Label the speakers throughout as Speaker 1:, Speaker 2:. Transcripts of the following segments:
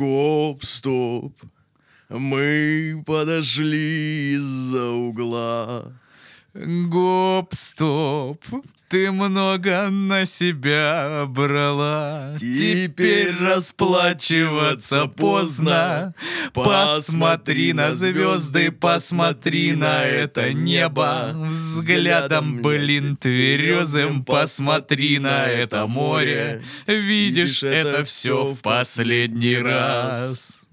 Speaker 1: Гоп, стоп. Мы подошли из-за угла.
Speaker 2: Гоп, стоп, ты много на себя брала. Теперь расплачиваться поздно. Посмотри на звезды, посмотри на это небо. Взглядом, блин, тверезым, посмотри на это море. Видишь это все в последний раз.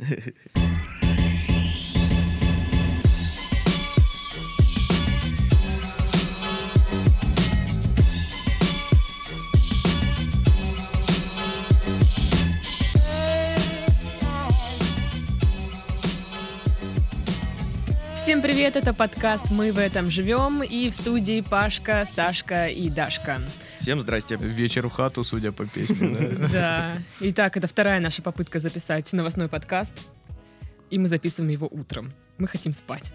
Speaker 3: Всем привет, это подкаст «Мы в этом живем» и в студии Пашка, Сашка и Дашка.
Speaker 1: Всем здрасте.
Speaker 2: Вечер в хату, судя по песне. да?
Speaker 3: Да. Итак, это вторая наша попытка записать новостной подкаст, и мы записываем его утром. Мы хотим спать.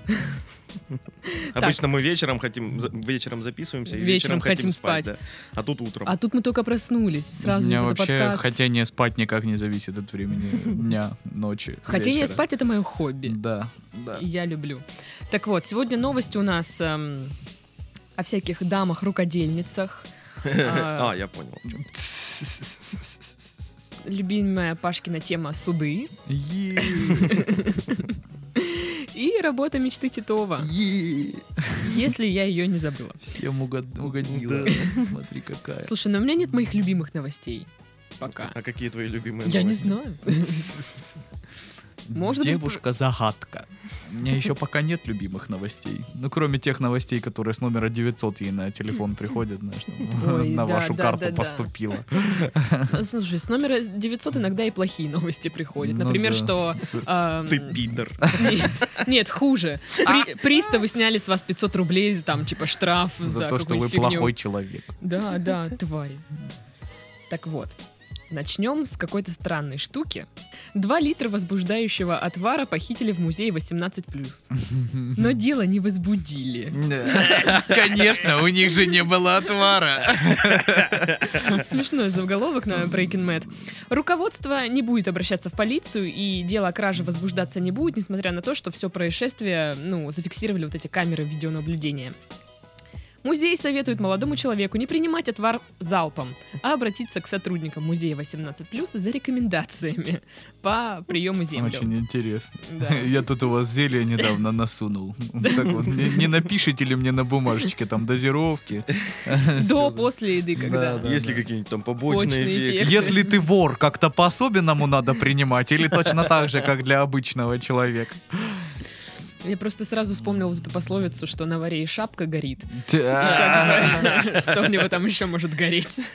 Speaker 1: Обычно мы вечером хотим, за- вечером записываемся и вечером,
Speaker 3: Вечером хотим
Speaker 1: да. А тут утром.
Speaker 3: А тут мы только проснулись,
Speaker 2: У
Speaker 3: сразу
Speaker 2: меня
Speaker 3: вот этот
Speaker 2: Ну. вообще
Speaker 3: подкаст.
Speaker 2: хотение спать никак не зависит от времени дня, ночи,
Speaker 3: Хотение
Speaker 2: вечера.
Speaker 3: спать — это мое хобби.
Speaker 2: Да, да.
Speaker 3: И Я люблю. Так вот, сегодня новости у нас эм, о всяких дамах-рукодельницах.
Speaker 1: А,
Speaker 3: А,
Speaker 1: я понял.
Speaker 3: Любимая Пашкина тема — суды. И работа мечты Титова, если я ее не забыла.
Speaker 2: Всем угод- угодила.
Speaker 1: Да.
Speaker 2: Смотри, какая.
Speaker 3: Слушай, но у меня нет моих любимых новостей пока.
Speaker 1: А какие твои любимые
Speaker 3: Я не
Speaker 1: новости?
Speaker 3: знаю. Может быть,
Speaker 2: Девушка-загадка. У меня еще пока нет любимых новостей. Ну, кроме тех новостей, которые с номера 900 ей на телефон приходят, знаешь, там,
Speaker 3: Ой,
Speaker 2: на
Speaker 3: да,
Speaker 2: вашу
Speaker 3: да,
Speaker 2: карту
Speaker 3: да, да.
Speaker 2: поступило.
Speaker 3: Слушай, с номера 900 иногда и плохие новости приходят.
Speaker 2: Ну
Speaker 3: Например,
Speaker 2: да.
Speaker 3: что... эм,
Speaker 1: Ты пидор.
Speaker 3: не- Нет, хуже.
Speaker 2: А?
Speaker 3: При- Приставы сняли с вас 500 рублей, там, типа, штраф за
Speaker 2: За то, что вы
Speaker 3: какую-нибудь фигню.
Speaker 2: плохой человек.
Speaker 3: Да, да, тварь. Так вот, начнем с какой-то странной штуки. Два литра возбуждающего отвара похитили в музее 18+. Но дело не возбудили.
Speaker 2: Конечно, у них же не было отвара.
Speaker 3: Смешной заголовок на Breaking Mad. Руководство не будет обращаться в полицию, и дело о краже возбуждаться не будет, несмотря на то, что все происшествие, ну, зафиксировали вот эти камеры видеонаблюдения. Музей советует молодому человеку не принимать отвар залпом, а обратиться к сотрудникам музея 18+, за рекомендациями по приему землю.
Speaker 2: Очень интересно.
Speaker 3: Да.
Speaker 2: Я тут у вас зелье недавно насунул. Так вот, не, не напишите ли мне на бумажечке там дозировки?
Speaker 3: До, после еды, когда.
Speaker 2: да,
Speaker 1: Есть ли
Speaker 2: да.
Speaker 1: А какие-нибудь там побочные
Speaker 3: Побочные
Speaker 1: эффекты?
Speaker 3: эффекты.
Speaker 2: Если ты вор, как-то по-особенному надо принимать или точно так же, как для обычного человека?
Speaker 3: Я просто сразу вспомнила вот эту пословицу, что на варе и шапка горит.
Speaker 2: А.
Speaker 3: И
Speaker 2: Да.
Speaker 3: как бы, Что у него там еще может гореть?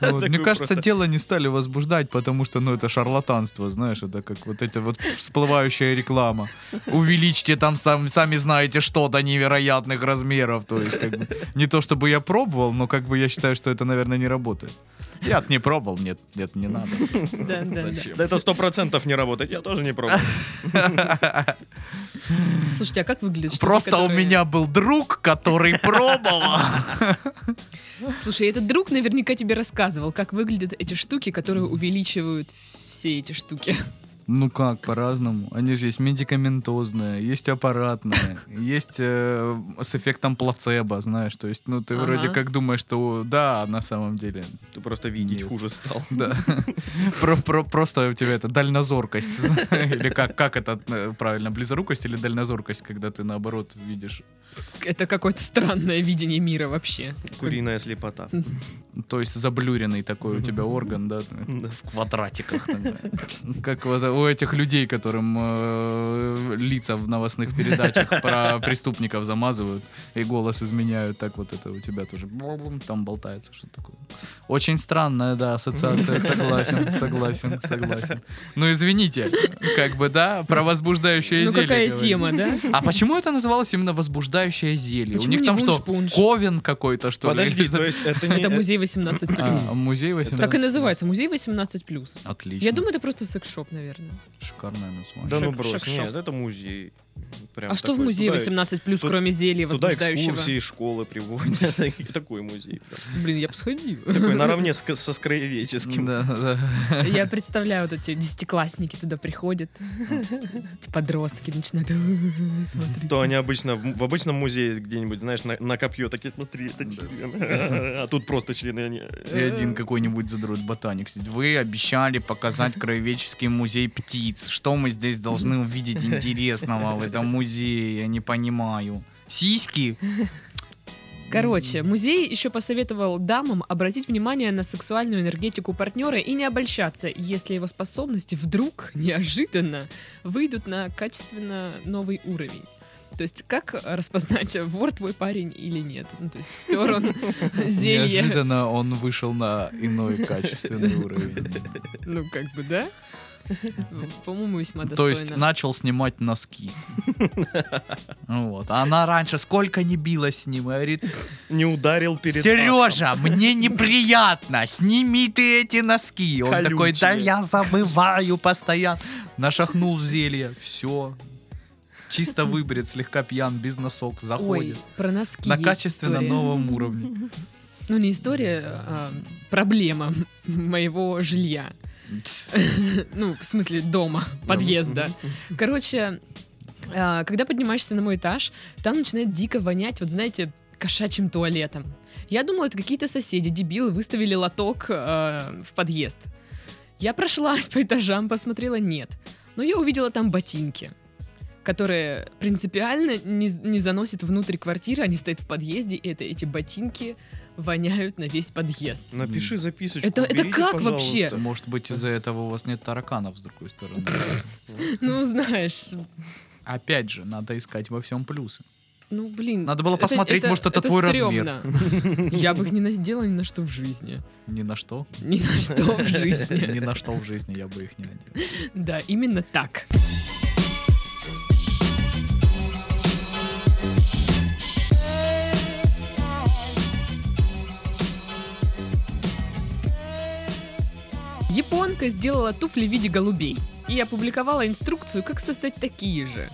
Speaker 2: Вот, Мне
Speaker 1: Такой
Speaker 2: кажется,
Speaker 1: просто.
Speaker 2: дело не стали возбуждать, потому что, ну, это шарлатанство, знаешь, это как вот эта вот всплывающая реклама. Увеличьте там, сам- сами знаете, что до невероятных размеров. То есть, как бы, не то чтобы я пробовал, но как бы я считаю, что это, наверное, не работает. Я не пробовал, нет, нет, не надо.
Speaker 3: Да, да, да.
Speaker 2: Зачем?
Speaker 1: Да это сто процентов не работает. Я тоже не пробовал.
Speaker 3: Слушайте, а как выглядит?
Speaker 2: Просто у меня был друг, который пробовал.
Speaker 3: Слушай, этот друг наверняка тебе рассказывал, как выглядят эти штуки, которые увеличивают все эти штуки.
Speaker 2: Ну как, по-разному. Они же есть медикаментозные, есть аппаратные, есть э, с эффектом плацебо, знаешь. То есть, ну ты
Speaker 3: Ага.
Speaker 2: вроде как думаешь, что да, а на самом деле.
Speaker 1: Ты просто видеть
Speaker 2: Нет.
Speaker 1: хуже стал.
Speaker 2: Да. Про- про- Просто у тебя это дальнозоркость. Или как как это э, правильно, близорукость или дальнозоркость, когда ты наоборот видишь.
Speaker 3: Это какое-то странное видение мира вообще.
Speaker 1: Куриная слепота.
Speaker 2: То есть заблюренный такой у тебя орган, да,
Speaker 1: Да.
Speaker 2: в квадратиках. там, да. Как вот у этих людей, которым э, лица в новостных передачах про преступников замазывают и голос изменяют, так вот это у тебя тоже блум, там болтается что такое. Очень странная, да, ассоциация, согласен, согласен, согласен. Ну извините, как бы, да, про возбуждающее
Speaker 3: Ну
Speaker 2: зелье.
Speaker 3: какая
Speaker 2: говорили.
Speaker 3: тема, да?
Speaker 2: А почему это называлось именно возбуждающее зелье?
Speaker 3: Почему
Speaker 2: у них
Speaker 3: не
Speaker 2: там что,
Speaker 3: вунш-пунш?
Speaker 2: ковен какой-то,
Speaker 3: Ну,
Speaker 2: что ли?
Speaker 1: Подожди, то есть это не... э,
Speaker 3: Это музей 18+.
Speaker 2: А, музей 18.
Speaker 3: Так и называется, музей 18+.
Speaker 2: Отлично.
Speaker 3: Я думаю, это просто секс-шоп, Действительно.
Speaker 2: Шикарное название.
Speaker 1: Да ну
Speaker 3: Шик-
Speaker 1: брось,
Speaker 3: шик-шок.
Speaker 1: нет, это музей. Прям
Speaker 3: а что в
Speaker 1: такой.
Speaker 3: музее
Speaker 1: Туда-
Speaker 3: 18 плюс,
Speaker 1: ту-
Speaker 3: кроме зелья
Speaker 1: Туда
Speaker 3: возбуждающего?
Speaker 1: экскурсии, школы приводят. Такой музей.
Speaker 3: Блин, я бы сходила.
Speaker 1: Такой наравне с- со скроеведческим.
Speaker 2: Да, да.
Speaker 3: Я представляю, вот эти десятиклассники туда приходят, эти подростки начинают смотреть.
Speaker 1: То они обычно в, в обычном музее где-нибудь, знаешь, на, на копье такие, смотри, это член. А тут просто члены они. э,
Speaker 2: И один какой-нибудь задрот ботаник сидит. Вы обещали показать краеведческий музей птиц. Что мы здесь должны увидеть интересного в этом музее? Я не понимаю. Сиськи?
Speaker 3: Короче, музей еще посоветовал дамам обратить внимание на сексуальную энергетику партнера и не обольщаться, если его способности вдруг, неожиданно, выйдут на качественно новый уровень. То есть, как распознать, вор твой парень или нет? Ну, то есть, спер он зелье.
Speaker 2: Неожиданно он вышел на иной качественный уровень.
Speaker 3: Ну, как бы, да? По-моему, весьма достойно.
Speaker 2: То есть начал снимать носки. Вот. А Она раньше сколько не билась с ним. и Говорит,
Speaker 1: Не ударил перед актом.
Speaker 2: Сережа, мне неприятно, сними ты эти носки. Он
Speaker 1: Колючие.
Speaker 2: такой, да я забываю постоянно. Нашахнул зелье, все. Чисто выберет, слегка пьян, без носок,
Speaker 3: Ой,
Speaker 2: заходит.
Speaker 3: про носки
Speaker 2: На
Speaker 3: есть
Speaker 2: качественно
Speaker 3: история.
Speaker 2: новом уровне.
Speaker 3: Ну, не история, а проблема моего жилья. Ну, в смысле, дома, подъезда. Короче, а, когда поднимаешься на мой этаж, там начинает дико вонять, вот знаете, кошачьим туалетом. Я думала, это какие-то соседи, дебилы, выставили лоток э, в подъезд. Я прошлась по этажам, посмотрела, нет. Но я увидела там ботинки, которые принципиально не, не заносят внутрь квартиры, они стоят в подъезде, и это эти ботинки воняют на весь подъезд.
Speaker 1: Напиши записочку.
Speaker 3: Это- это
Speaker 1: уберите,
Speaker 3: как
Speaker 1: пожалуйста.
Speaker 3: вообще?
Speaker 2: Может быть, из-за этого у вас нет тараканов, с другой стороны.
Speaker 3: Ну, знаешь,
Speaker 2: Опять же, надо искать во всем плюсы.
Speaker 3: ну, блин.
Speaker 2: Надо было посмотреть, может, это твой размер.
Speaker 3: размер. Я бы их не надела ни на что в жизни.
Speaker 2: Ни на что.
Speaker 3: Ни на что в
Speaker 2: Ни
Speaker 3: жизни.
Speaker 2: на что в жизни я бы их не надел.
Speaker 3: Да, именно так. Японка сделала туфли в виде голубей и опубликовала инструкцию, как создать такие же.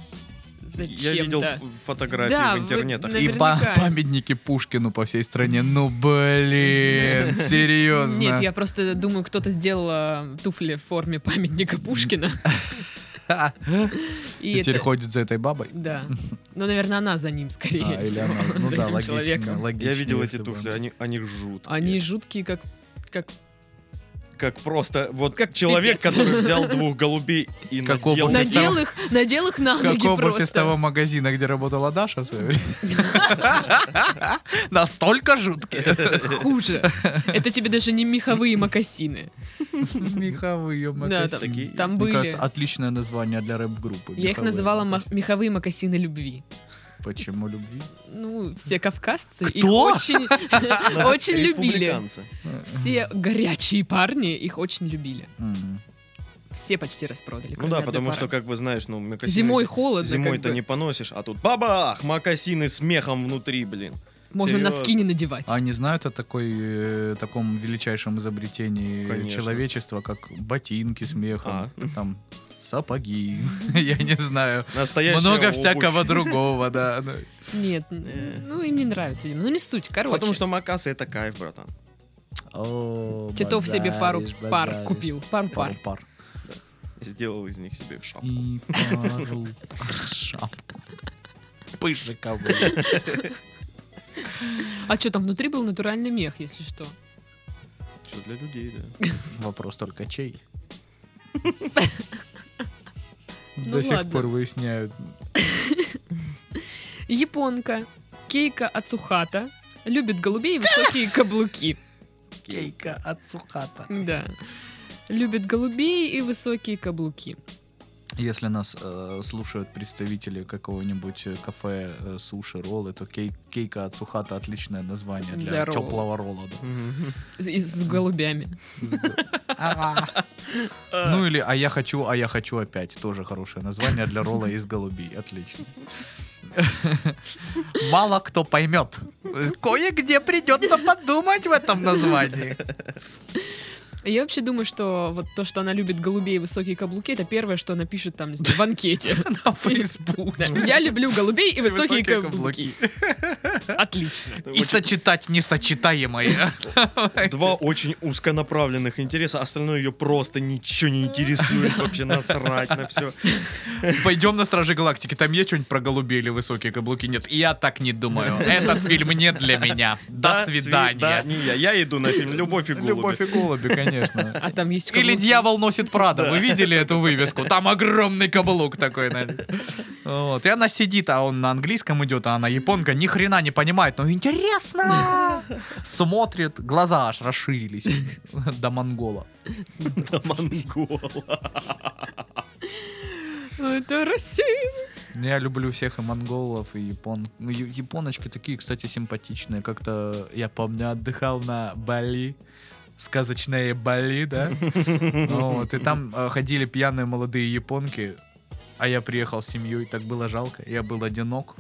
Speaker 1: Я видел
Speaker 3: Зачем-то.
Speaker 1: ф- фотографии
Speaker 3: Да,
Speaker 1: в
Speaker 3: вы-
Speaker 1: интернетах.
Speaker 3: на-
Speaker 2: И па-
Speaker 3: Наверняка.
Speaker 2: памятники Пушкину по всей стране. Ну, блин, серьезно.
Speaker 3: Нет, я просто думаю, кто-то сделал э, туфли в форме памятника Пушкина. И
Speaker 2: И теперь
Speaker 3: это-
Speaker 2: ходит за этой бабой.
Speaker 3: Да. Ну, наверное, она за ним, скорее
Speaker 2: А, или
Speaker 3: всего,
Speaker 2: она. Ну
Speaker 3: за
Speaker 2: да,
Speaker 3: этим
Speaker 2: логично,
Speaker 3: человеком.
Speaker 2: логично.
Speaker 1: Я видел
Speaker 2: если
Speaker 1: эти
Speaker 2: бы
Speaker 1: туфли,
Speaker 2: она-
Speaker 1: они, они жуткие.
Speaker 3: Они жуткие, как, как
Speaker 1: Как просто, вот
Speaker 3: Как
Speaker 1: как человек,
Speaker 3: пипец.
Speaker 1: который взял двух голубей и
Speaker 2: Как
Speaker 1: надел...
Speaker 2: оба
Speaker 1: на-
Speaker 2: фестов-
Speaker 3: надел их, надел их на ноги
Speaker 2: Какого
Speaker 3: просто.
Speaker 2: фестового магазина, где работала Даша в свое время? Настолько жуткие.
Speaker 3: Хуже. Это тебе даже не меховые мокасины.
Speaker 2: Меховые
Speaker 3: там-
Speaker 2: магазины.
Speaker 1: Такие
Speaker 3: Там
Speaker 2: Мне
Speaker 3: были.
Speaker 2: кажется, отличное название для рэп-группы.
Speaker 3: Я их
Speaker 2: «Меховые
Speaker 3: называла ма-
Speaker 2: мокасины».
Speaker 3: меховые мокасины любви.
Speaker 2: Почему любви?
Speaker 3: Ну, все кавказцы их
Speaker 2: Кто?
Speaker 3: очень, очень любили.
Speaker 1: республиканцы.
Speaker 3: Все горячие парни их очень любили.
Speaker 2: Мгм.
Speaker 3: Все почти распродали.
Speaker 1: Ну
Speaker 3: кроме
Speaker 1: да,
Speaker 3: одной
Speaker 1: потому что,
Speaker 3: пары.
Speaker 1: как бы, знаешь, ну, мокасины...
Speaker 3: зимой холодно.
Speaker 1: Зимой
Speaker 3: как
Speaker 1: то
Speaker 3: бы.
Speaker 1: не поносишь, а тут бабах, макасины с мехом внутри, блин.
Speaker 3: Можно
Speaker 1: серьёзно.
Speaker 3: носки не надевать.
Speaker 2: А Они знают о такой, э, таком величайшем изобретении
Speaker 1: Конечно.
Speaker 2: человечества, как ботинки с мехом,
Speaker 1: А.
Speaker 2: там сапоги, я не знаю,
Speaker 1: Настоящая
Speaker 2: много
Speaker 1: обувь.
Speaker 2: всякого другого, да. ну.
Speaker 3: Нет, н-
Speaker 1: Э.
Speaker 3: ну им не нравится, видимо. Ну не суть, короче.
Speaker 1: Потому что макасы это кайф, братан.
Speaker 2: О,
Speaker 3: Титов себе пару
Speaker 2: базаришь,
Speaker 3: пар
Speaker 2: базаришь.
Speaker 3: купил. Пару пар.
Speaker 2: Пару пар.
Speaker 1: Сделал из них себе шапку.
Speaker 2: И пару шапку. Пыжика, блин.
Speaker 3: А что там внутри был натуральный мех, если что?
Speaker 1: Все для людей, да.
Speaker 2: Вопрос только чей?
Speaker 3: Ну
Speaker 2: До сих
Speaker 3: ладно.
Speaker 2: пор выясняют.
Speaker 3: Японка Кейка Ацухата любит голубей и высокие каблуки.
Speaker 2: Кейка от сухата.
Speaker 3: Да. Любит голубей и высокие каблуки.
Speaker 2: Если нас э, слушают представители какого-нибудь э, кафе э, суши, роллы, то кей- кейка от сухата отличное название
Speaker 3: Для
Speaker 2: для,
Speaker 3: ролла.
Speaker 2: теплого ролла. да.
Speaker 3: С, и с голубями.
Speaker 2: Ну или «А я хочу, а я хочу опять» тоже хорошее название для ролла из голубей. Отлично. Мало кто поймет. Кое-где придется подумать в этом названии.
Speaker 3: Я вообще думаю, что вот то, что она любит голубей и высокие каблуки, это первое, что она пишет там не знаю, в анкете.
Speaker 2: На Фейсбуке.
Speaker 3: Я люблю голубей и высокие
Speaker 2: Высокие
Speaker 3: каблуки. Отлично.
Speaker 2: И сочетать несочетаемое.
Speaker 1: Два очень узконаправленных интереса, остальное ее просто ничего не интересует, вообще насрать на все.
Speaker 2: Пойдем на Стражи Галактики. Там есть что-нибудь про голубей или высокие каблуки? Нет, я так не думаю. Этот фильм не для меня. До свидания.
Speaker 1: свидания. Я иду на фильм «Любовь и голуби».
Speaker 2: Любовь и голуби, конечно.
Speaker 3: А там есть
Speaker 2: Или
Speaker 3: каблуки.
Speaker 2: дьявол носит Прада. Вы видели эту вывеску? Там огромный каблук такой. на- Вот. И она сидит, а он на английском идет, а она японка ни хрена не понимает. Ну интересно! Смотрит, глаза аж расширились до монгола.
Speaker 1: Да, монгол.
Speaker 3: Ну, Это расизм.
Speaker 2: Ну, Я люблю всех и монголов, и япон. Ну, я- Японочки такие, кстати, симпатичные. Как-то я помню, отдыхал на Бали. Сказочная Бали, да? Ну Вот, и там э, ходили пьяные молодые японки, а я приехал с семьей, так было жалко. Я был одинок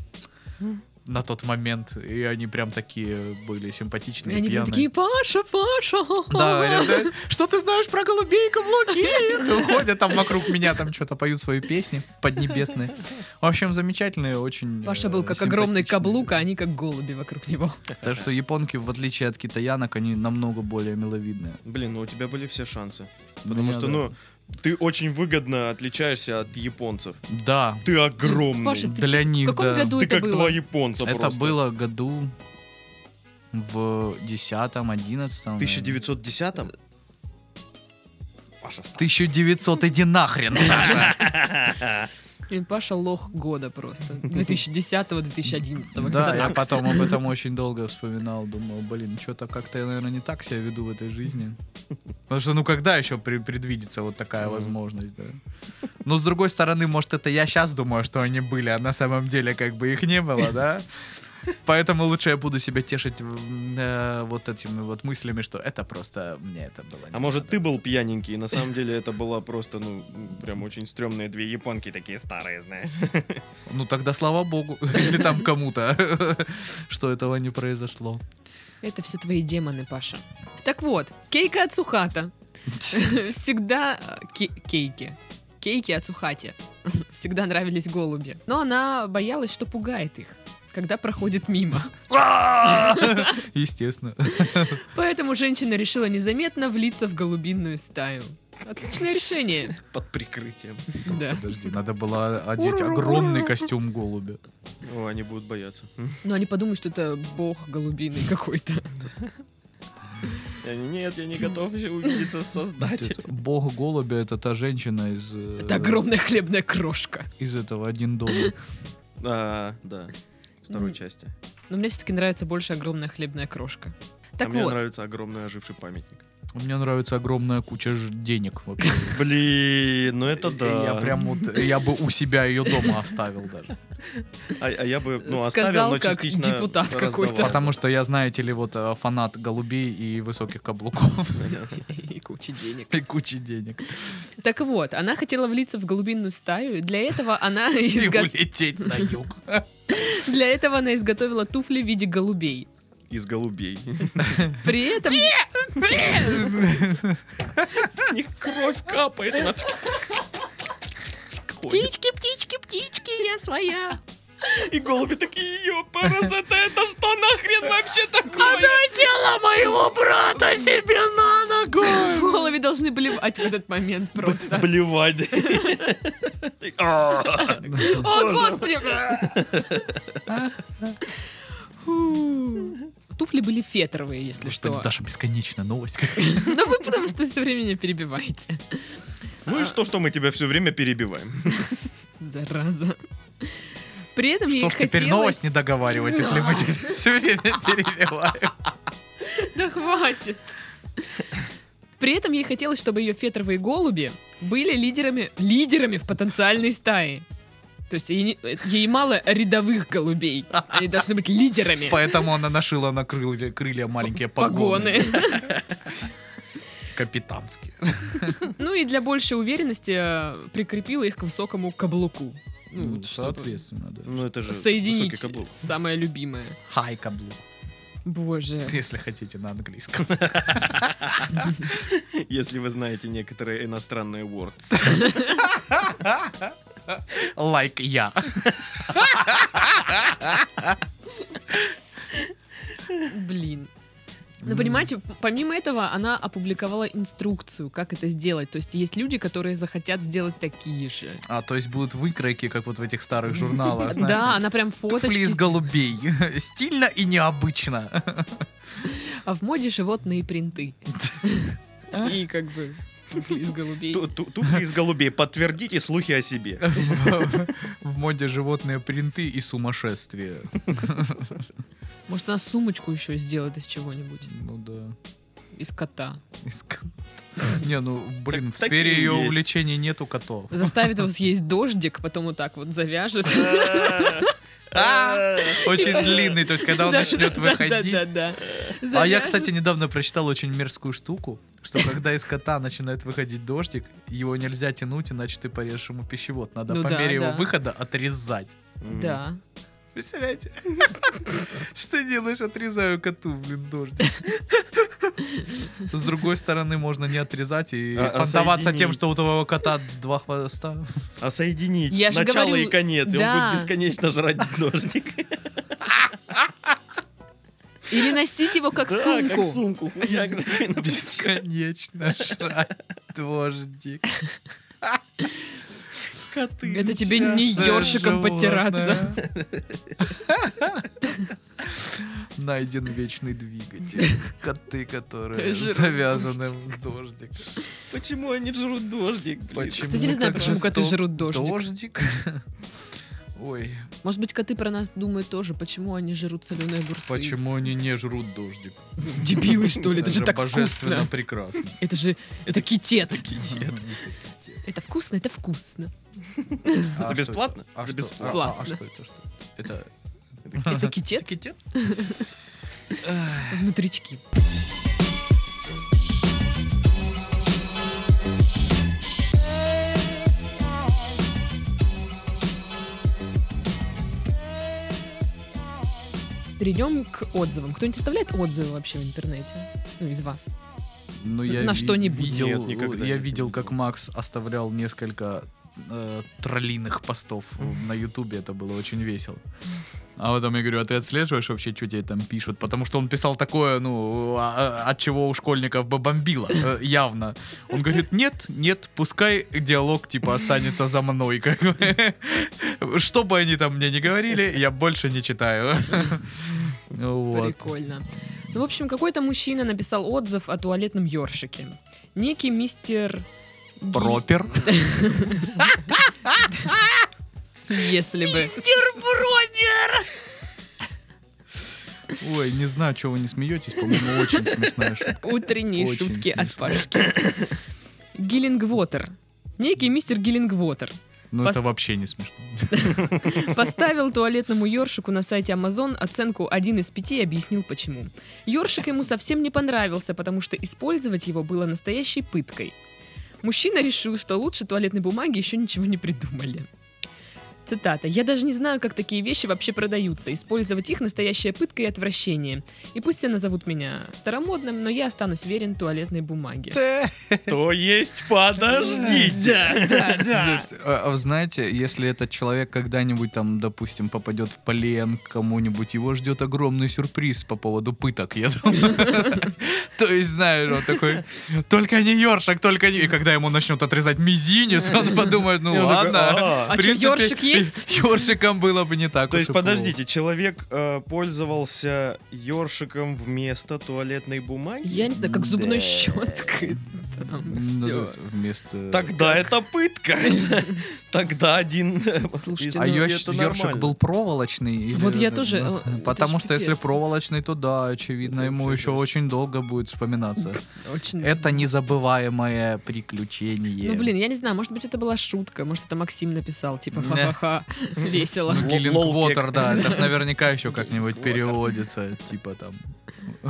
Speaker 2: на тот момент, и они прям такие были симпатичные,
Speaker 3: Они были
Speaker 2: пьяные.
Speaker 3: такие, Паша, Паша.
Speaker 2: Да, я говорю, «Да, что ты знаешь про голубей и каблуки? Ходят там вокруг меня, там что-то поют свои песни поднебесные. В общем, замечательные, очень
Speaker 3: Паша
Speaker 2: э,
Speaker 3: был как огромный
Speaker 2: симпатичные.
Speaker 3: каблук, а они как голуби вокруг него.
Speaker 2: Так что японки, в отличие от китаянок, они намного более миловидные.
Speaker 1: Блин, ну у тебя были все шансы.
Speaker 2: У
Speaker 1: Потому
Speaker 2: меня,
Speaker 1: что,
Speaker 2: да.
Speaker 1: ну, ты очень выгодно отличаешься от японцев.
Speaker 2: Да,
Speaker 1: Ты огромный.
Speaker 3: Паша, ты
Speaker 2: Для
Speaker 3: чё-
Speaker 2: них,
Speaker 3: в каком
Speaker 2: да.
Speaker 3: году
Speaker 1: ты
Speaker 3: это
Speaker 1: как два
Speaker 3: было?
Speaker 1: японца
Speaker 2: это
Speaker 1: просто.
Speaker 2: было году в 10-м, 11
Speaker 1: 1910-м? Паша,
Speaker 2: 1900 иди нахрен, Саша.
Speaker 3: Блин, Паша лох года просто. 2010-2011.
Speaker 2: Да, я потом об этом очень долго вспоминал, думал, блин, что-то как-то я, наверное, не так себя веду в этой жизни. Потому что, ну, когда еще при- предвидится вот такая
Speaker 1: Мгм.
Speaker 2: возможность, да? Но, с другой стороны, может, это я сейчас думаю, что они были, а на самом деле как бы их не было, да? Поэтому лучше я буду себя тешить м, э, вот этими вот мыслями, что это просто мне это было. не
Speaker 1: А может,
Speaker 2: надо.
Speaker 1: ты был пьяненький, и на самом деле это была просто, ну, прям очень стрёмные две японки такие старые, знаешь.
Speaker 2: Ну, тогда слава богу. Или там кому-то, что этого не произошло.
Speaker 3: Это все твои демоны, Паша. Так вот, Кейка Ацухата всегда... э, ке- Кейки. Кейки Ацухате. Всегда нравились голуби. Но она боялась, что пугает их, когда проходит мимо.
Speaker 2: Естественно.
Speaker 3: Поэтому женщина решила незаметно влиться в голубиную стаю. Отличное решение.
Speaker 1: Под прикрытием.
Speaker 3: Да.
Speaker 2: Подожди, надо было одеть огромный костюм голубя.
Speaker 1: О, они будут бояться.
Speaker 3: Но они подумают, что это бог голубиный какой-то.
Speaker 1: И они, нет, я не готов ещё увидеться с создателем.
Speaker 2: Бог голубя это та женщина из... э,
Speaker 3: Это огромная хлебная крошка.
Speaker 2: Из этого один дома.
Speaker 1: А, да. Второй
Speaker 3: М.
Speaker 1: части.
Speaker 3: Но мне все-таки нравится больше огромная хлебная крошка.
Speaker 1: а
Speaker 3: Так
Speaker 1: мне
Speaker 3: вот,
Speaker 1: нравится огромный оживший памятник.
Speaker 2: Мне нравится огромная куча ж- денег вообще.
Speaker 1: Блин, ну это да.
Speaker 2: Я прям вот, я бы у себя ее дома оставил даже.
Speaker 1: А, а я бы, ну, оставил,
Speaker 3: Сказал,
Speaker 1: но
Speaker 3: как
Speaker 1: частично
Speaker 3: депутат
Speaker 1: раздавал.
Speaker 3: какой-то.
Speaker 2: Потому что я, знаете ли, вот э, фанат голубей и высоких каблуков.
Speaker 3: и куча денег.
Speaker 2: И кучи денег.
Speaker 3: Так вот, она хотела влиться в голубинную стаю, и для этого она
Speaker 2: И
Speaker 3: изго-
Speaker 2: улететь на юг.
Speaker 3: для этого она изготовила туфли в виде голубей.
Speaker 1: Из голубей.
Speaker 3: При этом
Speaker 1: С них кровь капает. она так ходит.
Speaker 4: Птички, птички, птички, я своя.
Speaker 1: И голуби такие, ее паразита, это что нахрен вообще такое?
Speaker 2: Тело моего брата себе на ногу!
Speaker 3: в голове должны блевать в этот момент просто.
Speaker 1: Блевать. А,
Speaker 3: О, господи! Фу. Туфли были фетровые, если что.
Speaker 2: Даша, бесконечная новость.
Speaker 3: Но вы потому что все время меня перебиваете.
Speaker 1: Ну и что, что мы тебя все время перебиваем?
Speaker 3: Зараза. При этом ей
Speaker 2: Что ж теперь
Speaker 3: хотелось-
Speaker 2: новость не договаривать, если мы все время перебиваем.
Speaker 3: Да хватит. При этом ей хотелось, чтобы ее фетровые голуби были лидерами, лидерами в потенциальной стае. То есть ей, не- ей мало рядовых голубей. Они должны быть лидерами.
Speaker 2: Поэтому она нашила на крылья, крылья маленькие погоны.
Speaker 3: Погоны.
Speaker 2: Капитанские.
Speaker 3: Ну и для большей уверенности э, прикрепила их к высокому каблуку. Ну, вот чтобы
Speaker 2: соответственно, да.
Speaker 1: Ну это же
Speaker 3: Соединить
Speaker 1: высокий каблук.
Speaker 3: самое любимое.
Speaker 2: Хай каблук.
Speaker 3: Боже.
Speaker 2: Если хотите на английском.
Speaker 1: Если вы знаете некоторые иностранные words.
Speaker 2: Like я.
Speaker 3: Блин. Ну, понимаете, помимо этого, она опубликовала инструкцию, как это сделать. То есть есть люди, которые захотят сделать такие же.
Speaker 2: А, то есть будут выкройки, как вот в этих старых журналах. знаешь,
Speaker 3: Да, ну, она прям
Speaker 2: Туфли из
Speaker 3: фоточки.
Speaker 2: голубей. Стильно и необычно.
Speaker 3: А в моде животные принты. И как бы туфли из голубей.
Speaker 1: Ту- ту- Туфли из голубей. Подтвердите слухи о себе.
Speaker 2: В моде животные принты и сумасшествие.
Speaker 3: Может, она сумочку еще сделает из чего-нибудь?
Speaker 2: Ну да.
Speaker 3: Из кота.
Speaker 2: Из кот- Не, ну, блин, в
Speaker 1: Так- такие
Speaker 2: сфере ее
Speaker 1: есть.
Speaker 2: увлечений нету котов.
Speaker 3: Заставит его съесть дождик, потом вот так вот завяжет.
Speaker 2: А, Очень длинный, то есть когда он
Speaker 3: Да,
Speaker 2: начнет
Speaker 3: да,
Speaker 2: выходить.
Speaker 3: да, да, да.
Speaker 2: А я,
Speaker 3: Завяжет.
Speaker 2: кстати, недавно прочитал очень мерзкую штуку, что когда из кота начинает выходить дождик, его нельзя тянуть, иначе ты порежешь ему пищевод. Надо
Speaker 3: Ну
Speaker 2: по
Speaker 3: да,
Speaker 2: мере его
Speaker 3: да.
Speaker 2: выхода отрезать.
Speaker 3: Да.
Speaker 2: Представляете? Что делаешь? Отрезаю коту, блин, дождик. С другой стороны, можно не отрезать и
Speaker 1: А- а
Speaker 2: понтоваться
Speaker 1: соединить?
Speaker 2: тем, что у твоего кота два хвоста.
Speaker 1: А соединить
Speaker 3: Я же
Speaker 1: начало
Speaker 3: говорю,
Speaker 1: и конец, и он
Speaker 3: да.
Speaker 1: будет бесконечно жрать дождик.
Speaker 3: Или носить его как
Speaker 1: Да,
Speaker 3: сумку.
Speaker 1: как сумку. Я говорю, на плече.
Speaker 2: Бесконечно жрать дождик.
Speaker 1: Коты.
Speaker 3: Это тебе не
Speaker 2: Несчастное
Speaker 3: ёршиком
Speaker 2: животное.
Speaker 3: потираться.
Speaker 2: Найден вечный двигатель. Коты, которые
Speaker 3: Жрут
Speaker 2: завязаны в дождик.
Speaker 1: Почему они жрут дождик? блин?
Speaker 2: Почему
Speaker 3: Кстати, не знаю,
Speaker 2: так
Speaker 3: почему коты
Speaker 2: жесток-
Speaker 3: жрут дождик.
Speaker 2: Дождик. Ой,
Speaker 3: Может быть, коты про нас думают тоже, почему они жрут соленые огурцы.
Speaker 2: почему они не жрут дождик?
Speaker 3: Дебилы, что ли? Ну, Это же так
Speaker 2: божественно
Speaker 3: вкусно.
Speaker 2: прекрасно.
Speaker 3: Это же... Это китет.
Speaker 1: Кидет.
Speaker 3: Это вкусно, это вкусно.
Speaker 1: Это
Speaker 2: А что
Speaker 1: бесплатно?
Speaker 2: А
Speaker 1: Это
Speaker 2: что?
Speaker 1: бесплатно.
Speaker 2: а- а
Speaker 3: Платно.
Speaker 2: что это? Что? Это
Speaker 3: Это китет
Speaker 2: китет?
Speaker 3: внутрички. Перейдем к отзывам. Кто-нибудь оставляет отзывы вообще в интернете? Ну, из вас.
Speaker 2: Ну, я
Speaker 3: На
Speaker 2: ви-
Speaker 3: что-нибудь.
Speaker 2: видел,
Speaker 1: Нет, никогда
Speaker 2: я
Speaker 1: не
Speaker 2: видел,
Speaker 1: видел.
Speaker 2: как Макс оставлял несколько э, троллиных постов на Ютубе. Это было очень весело. А потом я говорю, а ты отслеживаешь вообще, что тебе там пишут? Потому что он писал такое, ну, а- а- от чего у школьников бы бомбило, э, явно. Он говорит, нет, нет, пускай диалог, типа, останется за мной. Как бы. Что бы они там мне не говорили, я больше не читаю. Вот.
Speaker 3: Прикольно. Ну, в общем, какой-то мужчина написал отзыв о туалетном ёршике. Некий мистер... Ги-
Speaker 2: Пропер.
Speaker 3: Если бы...
Speaker 2: Ой, не знаю, чего вы не смеетесь, по-моему, очень смешная шутка.
Speaker 3: Утренние
Speaker 2: Очень
Speaker 3: шутки от
Speaker 2: смешно.
Speaker 3: Пашки. Гиллингвотер. Некий мистер Гиллингвотер
Speaker 2: Ну
Speaker 3: Пос-
Speaker 2: это вообще не смешно.
Speaker 3: поставил туалетному ёршику на сайте Amazon оценку 1 из 5 и объяснил почему. Ёршик ему совсем не понравился, потому что использовать его было настоящей пыткой. Мужчина решил, что лучше туалетной бумаги еще ничего не придумали. Цитата. «Я даже не знаю, как такие вещи вообще продаются. Использовать их – настоящая пытка и отвращение. И пусть все назовут меня старомодным, но я останусь верен туалетной бумаге».
Speaker 1: А То есть подождите.
Speaker 2: Нет, а- а Знаете, если этот человек когда-нибудь там, допустим, попадет в плен к кому-нибудь, его ждет огромный сюрприз по поводу пыток, я думаю. То есть, знаешь, он такой, только не ёршик, только не... И когда ему начнут отрезать мизинец, он подумает,
Speaker 1: И
Speaker 2: ну
Speaker 1: он такой,
Speaker 2: ладно.
Speaker 1: «А».
Speaker 2: В
Speaker 3: А чё,
Speaker 2: принципе,
Speaker 3: ёршик есть?
Speaker 2: Ёршиком было бы не так
Speaker 1: То
Speaker 2: уж
Speaker 1: есть,
Speaker 2: и плохо.
Speaker 1: подождите, человек э, пользовался ёршиком вместо туалетной бумаги?
Speaker 3: Я не знаю, как зубной
Speaker 1: Да.
Speaker 3: щеткой. Там всё.
Speaker 2: Ну, Вместо...
Speaker 1: Тогда это пытка. Тогда один... э,
Speaker 3: Слушайте,
Speaker 1: из
Speaker 3: ну,
Speaker 2: А
Speaker 1: пяти
Speaker 2: ёрш-
Speaker 1: это
Speaker 2: ёршик
Speaker 1: нормально.
Speaker 2: был проволочный? или
Speaker 3: Вот я
Speaker 2: это-
Speaker 3: тоже,
Speaker 2: ну,
Speaker 3: э, это
Speaker 2: Потому
Speaker 3: ж
Speaker 2: что если
Speaker 3: пипец.
Speaker 2: проволочный, то да, очевидно,
Speaker 1: Это
Speaker 2: ему
Speaker 1: вообще
Speaker 2: еще
Speaker 1: жесть.
Speaker 2: очень долго будет вспоминаться.
Speaker 3: Очень
Speaker 2: Это незабываемое приключение.
Speaker 3: Ну, блин, я не знаю, может быть, это была шутка, может, это Максим написал, типа, ха-ха-ха, весело.
Speaker 1: Л-
Speaker 2: Гиллингвотер,
Speaker 1: лол-кек.
Speaker 2: да, это ж наверняка еще как-нибудь
Speaker 1: Water.
Speaker 2: переводится, типа там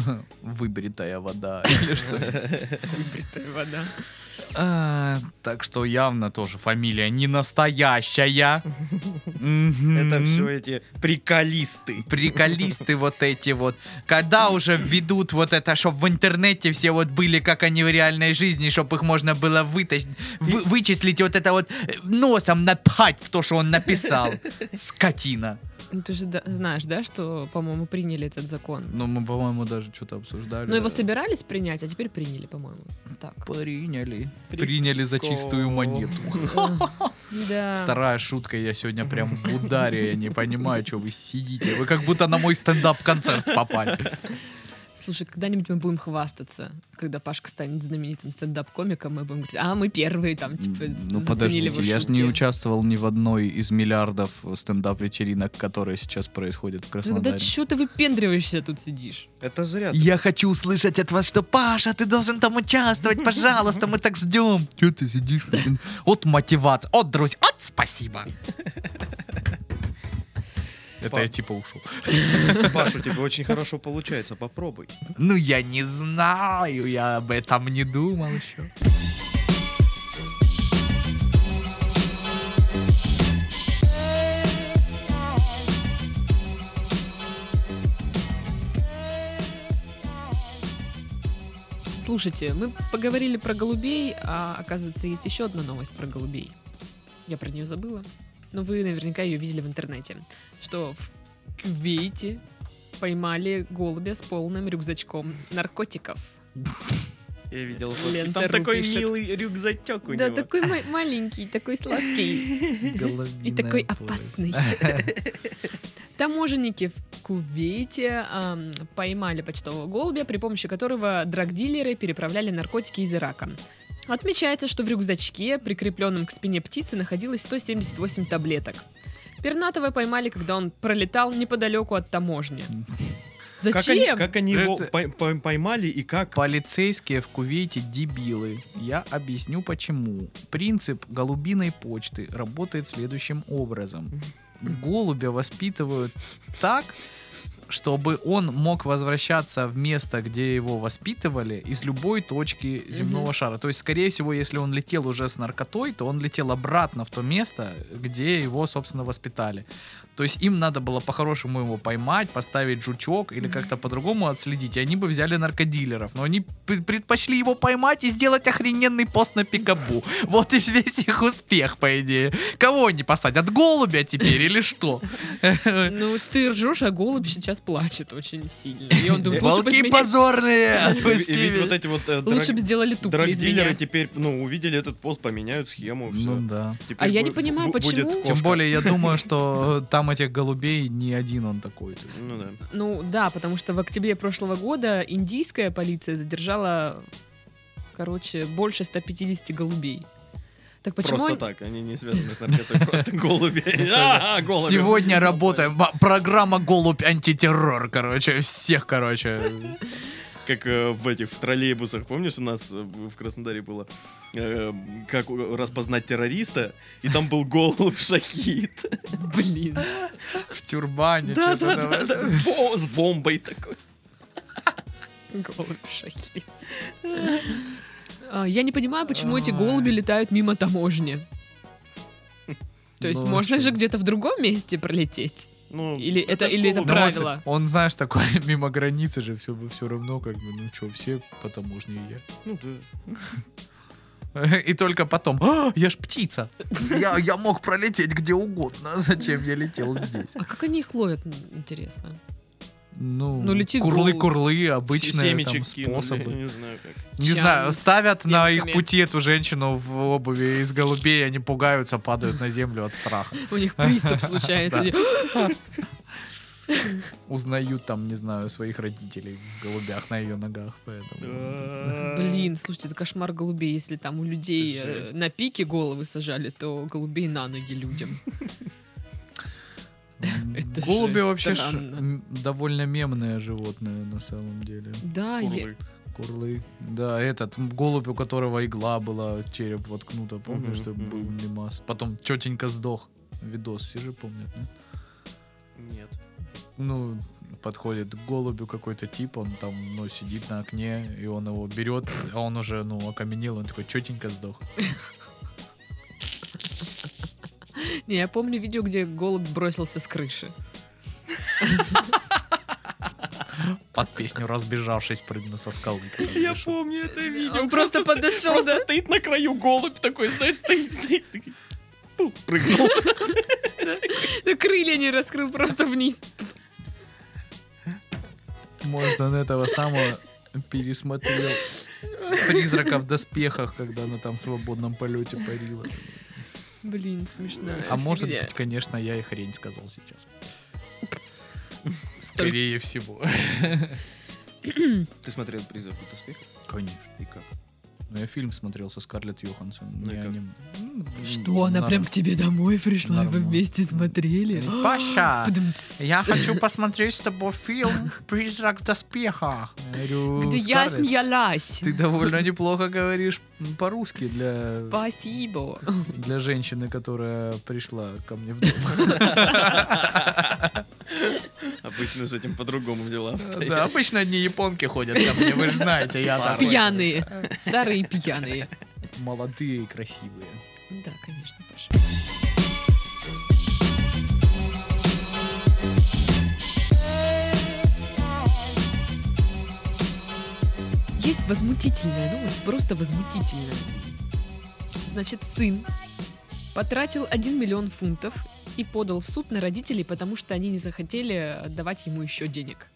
Speaker 2: выбритая вода или что.
Speaker 3: Выбритая вода.
Speaker 2: А, Так что явно тоже фамилия не настоящая.
Speaker 1: Это
Speaker 2: Это
Speaker 1: все эти приколисты.
Speaker 2: приколисты вот эти вот. Когда уже введут вот это, чтобы в интернете все вот были, как они в реальной жизни, чтобы их можно было вытащить, вы- вычислить вот это вот э, носом напхать в то, что он написал. Скотина.
Speaker 3: Ну, Ты же да- знаешь, да, что, по-моему, приняли этот закон.
Speaker 2: Ну, мы, по-моему, даже что-то обсуждали.
Speaker 3: Но Ну, его собирались принять, а теперь приняли, по-моему. Так.
Speaker 2: Приняли. Приняли за чистую
Speaker 1: Прикол.
Speaker 2: монету.
Speaker 3: Да.
Speaker 2: Вторая шутка, я сегодня прям в ударе, я не понимаю, что вы сидите. Вы как будто на мой стендап-концерт попали.
Speaker 3: Слушай, когда-нибудь мы будем хвастаться, когда Пашка станет знаменитым стендап-комиком, мы будем говорить, а мы первые там, типа,
Speaker 2: Ну
Speaker 3: заценили его
Speaker 2: подождите, я же
Speaker 3: шутки».
Speaker 2: не участвовал ни в одной из миллиардов стендап-вечеринок, которые сейчас происходят в
Speaker 3: Тогда
Speaker 2: Краснодаре.
Speaker 3: что ты выпендриваешься тут сидишь?
Speaker 1: Это зря.
Speaker 2: Я хочу услышать от вас, что Паша, ты должен там участвовать, пожалуйста, мы так ждем. Че ты сидишь? блин? Вот мотивация, от друзь, от спасибо. Это
Speaker 1: Па-
Speaker 2: я типа ушел.
Speaker 1: Паш, у тебя очень хорошо получается, попробуй.
Speaker 2: Ну я не знаю, я об этом не думал еще.
Speaker 3: Слушайте, мы поговорили про голубей, а оказывается, есть еще одна новость про голубей. Я про нее забыла. Но вы наверняка ее видели в интернете. Что в Кувейте поймали голубя с полным рюкзачком наркотиков.
Speaker 1: Я видел
Speaker 3: Лен
Speaker 1: фотки. Там
Speaker 3: Тару
Speaker 1: такой
Speaker 3: пишет.
Speaker 1: милый рюкзачок у
Speaker 3: Да,
Speaker 1: него.
Speaker 3: такой ма- маленький, такой сладкий и такой опасный. Таможенники в Кувейте ам, поймали почтового голубя, при помощи которого драгдилеры переправляли наркотики из Ирака. Отмечается, что в рюкзачке, прикрепленном к спине птицы, находилось 178 таблеток. Пернатого поймали, когда он пролетал неподалеку от таможни.
Speaker 1: Как они,
Speaker 3: Зачем?
Speaker 1: как они его
Speaker 2: Это-
Speaker 1: пой- пой- поймали и как...
Speaker 2: Полицейские в Кувейте дебилы. Я объясню почему. Принцип голубиной почты работает следующим образом. Голубя воспитывают так, чтобы он мог возвращаться в место, где его воспитывали, из любой точки земного
Speaker 3: Мгм.
Speaker 2: шара. То есть, скорее всего, если он летел уже с наркотой, то он летел обратно в то место, где его, собственно, воспитали. То есть им надо было по-хорошему его поймать, поставить жучок или как-то по-другому отследить, и они бы взяли наркодилеров. Но они п- предпочли его поймать и сделать охрененный пост на пикабу. Вот и весь их успех, по идее. Кого они посадят? Голубя теперь или что?
Speaker 3: Ну, ты ржешь, а голубь сейчас плачет очень сильно. И он думает, лучше бы с
Speaker 2: Волки
Speaker 3: меня-
Speaker 2: позорные!
Speaker 1: И ведь- и ведь
Speaker 2: отпустили.
Speaker 1: вот эти вот э,
Speaker 3: лучше бы
Speaker 1: драг-
Speaker 3: сделали туфли из меня.
Speaker 1: драгдилеры теперь, ну, увидели этот пост, поменяют схему,
Speaker 2: Ну
Speaker 1: все.
Speaker 2: да.
Speaker 3: А я не понимаю, почему-
Speaker 2: Тем более, я думаю, что э, там этих голубей не один он такой.
Speaker 1: Ну да.
Speaker 3: Ну да, потому что в октябре прошлого года индийская полиция задержала, короче, больше 150 голубей. Так почему...
Speaker 1: Просто
Speaker 3: они-
Speaker 1: так, они не связаны с наркотой, просто голуби. А, голуби.
Speaker 2: Ну, Сегодня работаем. Ба- Программа «Голубь антитеррор», короче. Всех, короче.
Speaker 1: Как э, в этих в троллейбусах, помнишь, у нас э, в Краснодаре было, э, как у- распознать террориста, и там был голубь шахид.
Speaker 3: Блин.
Speaker 2: В тюрбане.
Speaker 1: Да,
Speaker 2: чё-то
Speaker 1: да,
Speaker 2: там. Ну,
Speaker 1: да, да, с бо- с бомбой такой.
Speaker 3: Голубь шахи. А, Я не понимаю, почему эти голуби летают мимо таможни. То есть
Speaker 2: Ну,
Speaker 3: можно
Speaker 2: чё.
Speaker 3: же где-то в другом месте пролететь?
Speaker 1: Ну,
Speaker 3: Или это,
Speaker 1: ж
Speaker 3: или
Speaker 1: голуби.
Speaker 3: это
Speaker 2: Ну, он-
Speaker 3: правило?
Speaker 2: Он, знаешь, такой мимо границы же все все равно, как бы, ну что, все по таможне
Speaker 1: Ну да.
Speaker 2: и я. И только потом, «А, я ж птица. Я, я мог пролететь где угодно. Зачем я летел здесь?
Speaker 3: А как они их ловят, м, интересно?
Speaker 2: Ну,
Speaker 3: Ну, летит
Speaker 2: курлы-курлы, обычные
Speaker 1: Семечек
Speaker 2: там
Speaker 1: кинули,
Speaker 2: способы.
Speaker 1: Не знаю как.
Speaker 2: Не знаю,
Speaker 3: Чан с
Speaker 2: ставят на их
Speaker 3: семками.
Speaker 2: пути эту женщину в обуви из голубей, они пугаются, падают на землю от страха.
Speaker 3: У них приступ случается. Они-
Speaker 2: Узнают там, не знаю, своих родителей в голубях на ее ногах, поэтому...
Speaker 3: Блин, слушайте, это кошмар голубей. Если там у людей э,
Speaker 1: Жесть.
Speaker 3: на пике головы сажали, то голубей на ноги людям.
Speaker 2: М,
Speaker 3: Это
Speaker 2: Голуби
Speaker 3: же
Speaker 2: вообще ж,
Speaker 3: странно.
Speaker 2: м, довольно мемное животное на самом деле.
Speaker 3: Да, я-
Speaker 1: Курлы.
Speaker 2: Курлы. Да, этот м, голубь, у которого игла была, череп воткнута, помню,
Speaker 1: Мгм,
Speaker 2: что
Speaker 1: мгм.
Speaker 2: был мимас. Потом тетенька сдох. Видос все же помнят, да?
Speaker 1: Нет.
Speaker 2: Ну, подходит к голубю какой-то тип, он там, ну, сидит на окне, и он его берет, а он уже, ну, окаменел, он такой четенько сдох.
Speaker 3: Не, я помню видео, где голубь бросился с крыши.
Speaker 2: Под песню разбежавшись, прыгнул со скалы.
Speaker 1: Я помню это видео.
Speaker 3: Он просто подошел,
Speaker 1: Просто
Speaker 3: да?
Speaker 1: стоит на краю голубь такой, знаешь, стоит, стоит, такой, пух, прыгнул.
Speaker 3: Да крылья не раскрыл, просто вниз.
Speaker 2: Может, он этого самого пересмотрел. Призрака в доспехах, когда она там в свободном полете парила.
Speaker 3: Блин, смешно.
Speaker 2: А может
Speaker 3: Фигня.
Speaker 2: быть, конечно, я и хрень сказал сейчас.
Speaker 3: Столь-
Speaker 2: Скорее всего.
Speaker 1: Ты смотрел «Призрак в доспехах»
Speaker 2: Конечно.
Speaker 1: и как?
Speaker 2: Но я фильм смотрел со Скарлетт Йоханссон.
Speaker 1: Ну и
Speaker 2: не
Speaker 1: как?
Speaker 2: аним- Ну,
Speaker 3: Что, она
Speaker 2: норм.
Speaker 3: прям к тебе домой пришла, вы
Speaker 2: Нормально.
Speaker 3: вместе смотрели?
Speaker 2: Паша,
Speaker 3: Пдмц.
Speaker 2: я хочу посмотреть с тобой фильм «Призрак в доспехах». Я говорю,
Speaker 3: Да я
Speaker 2: «Скарлетт,
Speaker 3: снялась.
Speaker 2: ты э, довольно неплохо говоришь по-русски для,
Speaker 3: Спасибо.
Speaker 2: для женщины, которая пришла ко мне в дом.
Speaker 1: Обычно с этим по-другому дела обстоят.
Speaker 2: Да, обычно одни японки ходят ко мне, вы же знаете, я такой.
Speaker 3: Пьяные. Старые пьяные.
Speaker 2: Молодые и красивые.
Speaker 3: Да, конечно, Паша. Есть возмутительная новость, просто возмутительная. Значит, сын потратил 1 миллион фунтов и подал в суд на родителей, потому что они не захотели отдавать ему еще денег.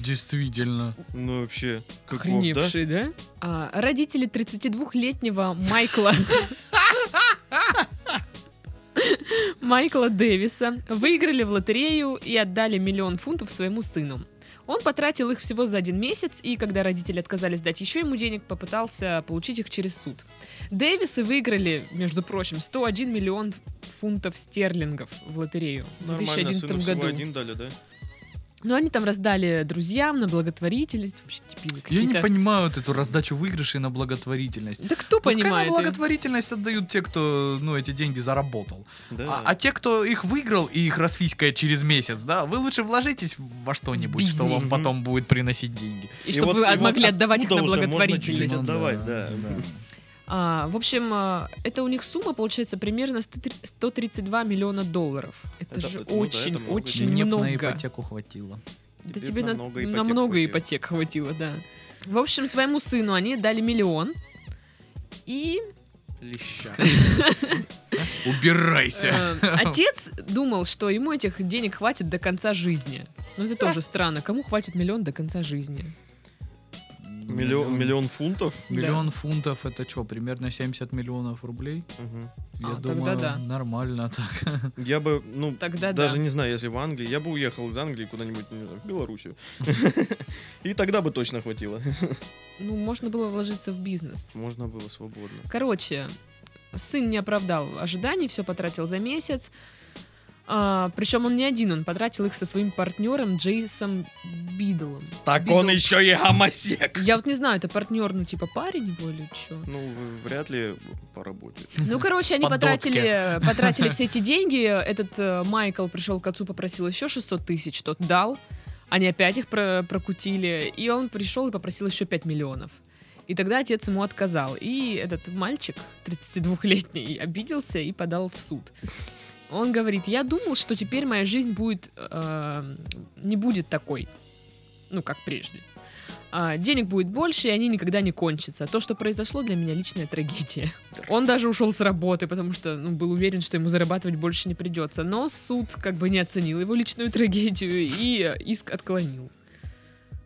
Speaker 2: Действительно.
Speaker 1: Ну вообще, как мог, да?
Speaker 3: Охреневший, да? А, родители 32-летнего Майкла... Майкла Дэвиса выиграли в лотерею и отдали миллион фунтов своему сыну. Он потратил их всего за один месяц, и когда родители отказались дать еще ему денег, попытался получить их через суд. Дэвисы выиграли, между прочим, 101 миллион фунтов стерлингов в лотерею в
Speaker 1: Нормально,
Speaker 3: 2011
Speaker 1: сыну
Speaker 3: году.
Speaker 1: всего один дали, да?
Speaker 3: Но они там раздали друзьям на благотворительность. Вообще дебилы
Speaker 2: Я не
Speaker 3: какие-то.
Speaker 2: понимаю вот эту раздачу выигрышей на благотворительность.
Speaker 3: Да кто
Speaker 2: Пускай
Speaker 3: понимает?
Speaker 2: на
Speaker 3: её?
Speaker 2: благотворительность отдают те, кто ну, эти деньги заработал.
Speaker 1: Да.
Speaker 2: А, а те, кто их выиграл и их расфискает через месяц, да, вы лучше вложитесь во что-нибудь, что вам
Speaker 1: Бизнес.
Speaker 2: потом будет приносить деньги.
Speaker 3: И, чтобы
Speaker 1: вот-
Speaker 3: вы
Speaker 1: и вот
Speaker 3: могли отдавать их
Speaker 1: оттуда
Speaker 3: на
Speaker 1: уже можно деньги
Speaker 3: благотворительность.
Speaker 1: отдавать. Давай, да.
Speaker 3: А, в общем, а, это у них сумма получается примерно 103 132 миллиона долларов. Это,
Speaker 1: Это-
Speaker 3: же
Speaker 1: ну да, это
Speaker 3: очень,
Speaker 1: много.
Speaker 3: очень
Speaker 2: Мне б
Speaker 3: много.
Speaker 2: на ипотеку хватило.
Speaker 3: Да
Speaker 1: Тебе
Speaker 3: тебе на,
Speaker 1: намного ипотек
Speaker 3: на много
Speaker 1: хватило.
Speaker 3: ипотек хватило, да. В общем, своему сыну они дали миллион. И
Speaker 1: Леща.
Speaker 2: Убирайся!
Speaker 3: э, отец думал, что ему этих денег хватит до конца жизни. Ну это тоже странно. Кому хватит миллион до конца жизни?
Speaker 1: Миллион миллион фунтов?
Speaker 2: Миллион фунтов это что, примерно 70 миллионов рублей?
Speaker 1: Мгм.
Speaker 2: Я
Speaker 3: А, тогда
Speaker 2: думаю,
Speaker 3: да.
Speaker 2: нормально так.
Speaker 1: Я бы, ну,
Speaker 3: Тогда да.
Speaker 1: даже не знаю, если в Англии, я бы уехал из Англии куда-нибудь, не знаю, в Белоруссию. И тогда бы точно хватило.
Speaker 3: Ну, можно было вложиться в бизнес.
Speaker 1: Можно было свободно.
Speaker 3: Короче, сын не оправдал ожиданий, все потратил за месяц. А, причем он не один, он потратил их со своим партнером Джейсом Бидлом.
Speaker 1: Так
Speaker 3: он
Speaker 1: еще и гомосек.
Speaker 3: Я вот не знаю, это партнер, ну типа парень его или что.
Speaker 1: Ну, в- вряд ли по работе.
Speaker 3: Ну, короче, они
Speaker 2: По
Speaker 3: потратили, э, потратили все эти деньги. Этот э, Майкл пришел к отцу, попросил еще 600 тысяч, тот дал. Они опять их про- прокутили. И он пришел и попросил еще 5 миллионов. И тогда отец ему отказал. И этот мальчик, 32-летний, обиделся и подал в суд. Он говорит, я думал, что теперь моя жизнь будет э, не будет такой, ну, как прежде. А, денег будет больше, и они никогда не кончатся. То, что произошло, для меня личная трагедия. Он даже ушел с работы, потому что ну, был уверен, что ему зарабатывать больше не придется. Но суд как бы не оценил его личную трагедию и э, иск отклонил.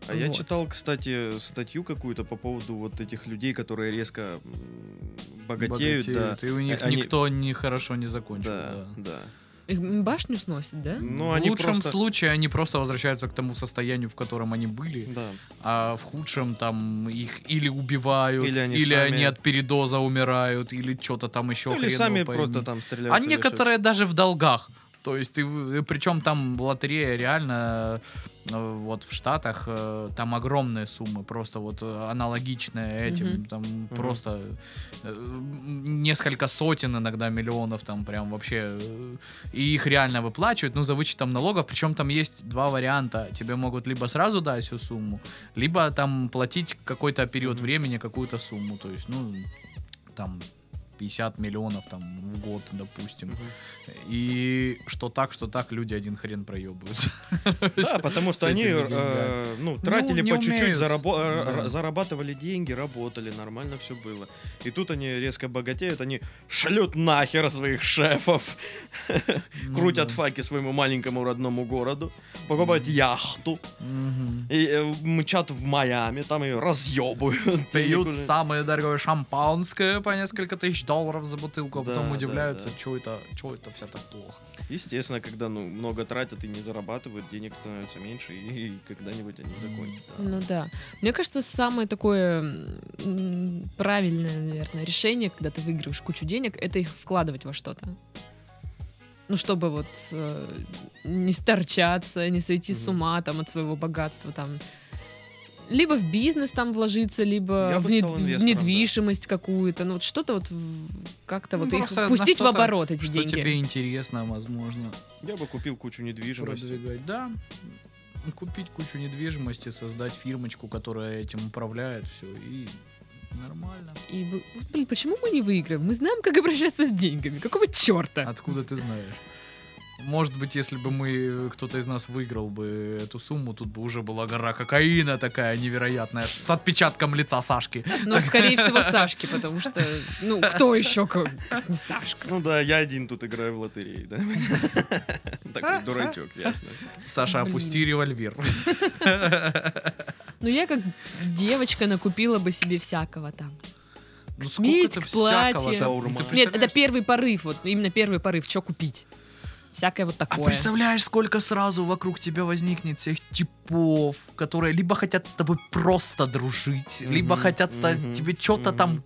Speaker 1: А я
Speaker 3: Вот.
Speaker 1: читал, кстати, статью какую-то по поводу вот этих людей, которые резко м, богатеют. да.
Speaker 2: И у них
Speaker 1: Они-
Speaker 2: никто не хорошо не закончил.
Speaker 1: Да,
Speaker 2: да.
Speaker 1: да.
Speaker 3: Их башню сносит, да?
Speaker 1: Ну,
Speaker 2: в
Speaker 1: они
Speaker 2: лучшем
Speaker 1: просто-
Speaker 2: случае они просто возвращаются к тому состоянию, в котором они были,
Speaker 1: Да.
Speaker 2: а в худшем там их или убивают,
Speaker 1: Или они сами-
Speaker 2: они от передоза умирают, или что-то там еще.
Speaker 1: Ну, Или
Speaker 2: хрен его
Speaker 1: сами
Speaker 2: пойми.
Speaker 1: просто там стреляют.
Speaker 2: А э, некоторые даже в долгах. То есть, ты, причем там лотерея реально Ну, вот в Штатах э, там огромная сумма, просто вот э, аналогичная этим,
Speaker 3: Мгм.
Speaker 2: там просто э, м, несколько сотен иногда миллионов там прям вообще, э, и их реально выплачивают, ну, за вычетом налогов, причем там есть два варианта, тебе могут либо сразу дать всю сумму, либо там платить какой-то период
Speaker 1: Мгм.
Speaker 2: времени какую-то сумму, то есть, ну, там 50 миллионов там в год, допустим. И что так, что так, люди один хрен проебываются.
Speaker 1: Да, потому что
Speaker 2: С
Speaker 1: они
Speaker 2: этими
Speaker 1: э,
Speaker 2: деньгами.
Speaker 1: ну, тратили
Speaker 2: не
Speaker 1: по чуть-чуть,
Speaker 2: умеют.
Speaker 1: зарабо- э,
Speaker 2: Да.
Speaker 1: р- зарабатывали деньги, работали, нормально все было. И тут они резко богатеют, они шлют нахер своих шефов,
Speaker 2: Ну
Speaker 1: крутят
Speaker 2: да.
Speaker 1: факи своему маленькому родному городу, покупают яхту,
Speaker 2: Мгм.
Speaker 1: и э, мчат в Майами, там ее разъебывают.
Speaker 2: Пьют самое дорогое шампанское по несколько тысяч долларов за бутылку, а
Speaker 1: Да,
Speaker 2: потом
Speaker 1: да,
Speaker 2: удивляются,
Speaker 1: да.
Speaker 2: что это, чё это все так плохо.
Speaker 1: Естественно, когда ну, много тратят и не зарабатывают, денег становится меньше, и, и когда-нибудь они закончатся.
Speaker 3: Ну да. Мне кажется, самое такое м, правильное, наверное, решение, когда ты выигрываешь кучу денег, это их вкладывать во что-то. Ну, чтобы вот э, не сторчаться, не сойти с
Speaker 1: Мгм.
Speaker 3: ума там от своего богатства там. Либо в бизнес там вложиться, либо
Speaker 1: Я
Speaker 3: в,
Speaker 1: бы
Speaker 3: нед-
Speaker 1: стал
Speaker 3: в
Speaker 1: инвестором,
Speaker 3: недвижимость какую-то. Ну, вот что-то вот в- как-то
Speaker 2: Ну,
Speaker 3: вот их
Speaker 2: просто на
Speaker 3: пустить в
Speaker 2: что-то,
Speaker 3: оборот эти
Speaker 2: Что
Speaker 3: деньги.
Speaker 2: тебе интересно, возможно,
Speaker 1: Я бы купил кучу недвижимости.
Speaker 2: продвигать? Да, купить кучу недвижимости, создать фирмочку, которая этим управляет, все, и нормально.
Speaker 3: И, бы- блин, почему мы не выиграем? Мы знаем, как обращаться с деньгами. Какого черта?
Speaker 2: Откуда ты знаешь? Может быть, если бы мы, кто-то из нас выиграл бы эту сумму, тут бы уже была гора кокаина такая невероятная с отпечатком лица Сашки.
Speaker 3: Ну, скорее всего, Сашки, потому что, ну, кто еще, как как не Сашка?
Speaker 1: Ну да, я один тут играю в лотереи, да? Такой дурачок, ясно.
Speaker 2: Саша,
Speaker 3: Блин.
Speaker 2: опусти револьвер.
Speaker 3: Ну, я как девочка накупила бы себе всякого там.
Speaker 2: Ну, сколько-то
Speaker 3: Косметик,
Speaker 2: всякого
Speaker 3: платье.
Speaker 2: там.
Speaker 1: Шаурма.
Speaker 2: Ты
Speaker 3: Нет, это
Speaker 2: представляешь-
Speaker 3: первый порыв, вот именно первый порыв, что купить. Всякое вот
Speaker 2: А
Speaker 3: такое.
Speaker 2: представляешь, сколько сразу вокруг тебя возникнет всех типов, которые либо хотят с тобой просто дружить,
Speaker 1: Мгм,
Speaker 2: либо хотят ста-
Speaker 1: мгм,
Speaker 2: тебе что-то
Speaker 1: мгм.
Speaker 2: там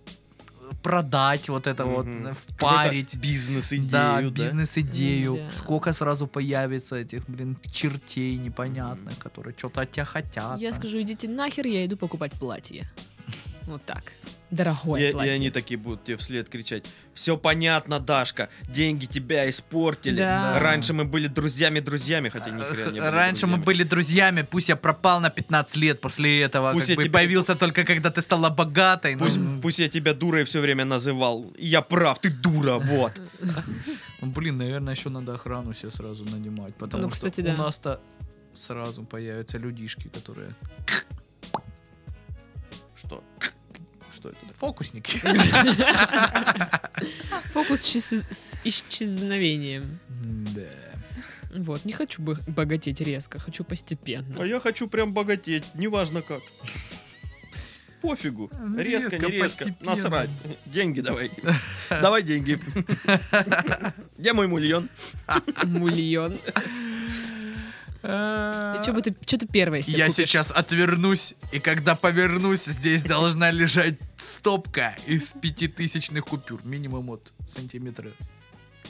Speaker 2: продать, вот это
Speaker 1: Мгм.
Speaker 2: вот, впарить.
Speaker 1: Какую-то Бизнес-идею,
Speaker 2: да,
Speaker 1: да?
Speaker 2: бизнес-идею.
Speaker 3: Да.
Speaker 2: Сколько сразу появится этих, блин, чертей непонятных,
Speaker 1: Мгм.
Speaker 2: которые что-то от тебя хотят.
Speaker 3: Я
Speaker 2: а?
Speaker 3: скажу, идите нахер, я иду покупать платье. Вот так. Дорогое
Speaker 1: И, и
Speaker 3: платье.
Speaker 1: они такие будут тебе вслед кричать. Все понятно, Дашка, деньги тебя испортили.
Speaker 3: Да.
Speaker 1: Раньше мы были друзьями-друзьями, хотя ни хрена не были
Speaker 2: Раньше мы
Speaker 1: друзьями.
Speaker 2: были друзьями, пусть я пропал на 15 лет после этого,
Speaker 1: Пусть
Speaker 2: как
Speaker 1: я
Speaker 2: бы, и
Speaker 1: тебя-
Speaker 2: появился только когда ты стала богатой. ну,
Speaker 1: Пусть,
Speaker 2: м,
Speaker 1: пусть я тебя дурой все время называл. И Я прав, ты дура, вот.
Speaker 2: ну, блин, наверное, еще надо охрану себе сразу нанимать, потому
Speaker 3: Ну,
Speaker 2: что
Speaker 3: кстати,
Speaker 2: у
Speaker 3: да.
Speaker 2: нас-то сразу появятся людишки, которые
Speaker 1: Что? Что это?
Speaker 2: фокусники.
Speaker 3: Фокус исчез- с исчезновением.
Speaker 2: Да.
Speaker 3: Вот, не хочу бы- богатеть резко, хочу постепенно.
Speaker 1: А я хочу прям богатеть, неважно как. Пофигу. Резко,
Speaker 2: Резко,
Speaker 1: не резко.
Speaker 2: постепенно.
Speaker 1: Насрать. Деньги давай. Давай деньги. Где мой мульон?
Speaker 3: Мульон. И что бы ты, что ты первое себе
Speaker 2: А Я
Speaker 3: купишь?
Speaker 2: сейчас отвернусь, и когда повернусь, здесь должна лежать стопка из пятитысячных купюр. Минимум от сантиметра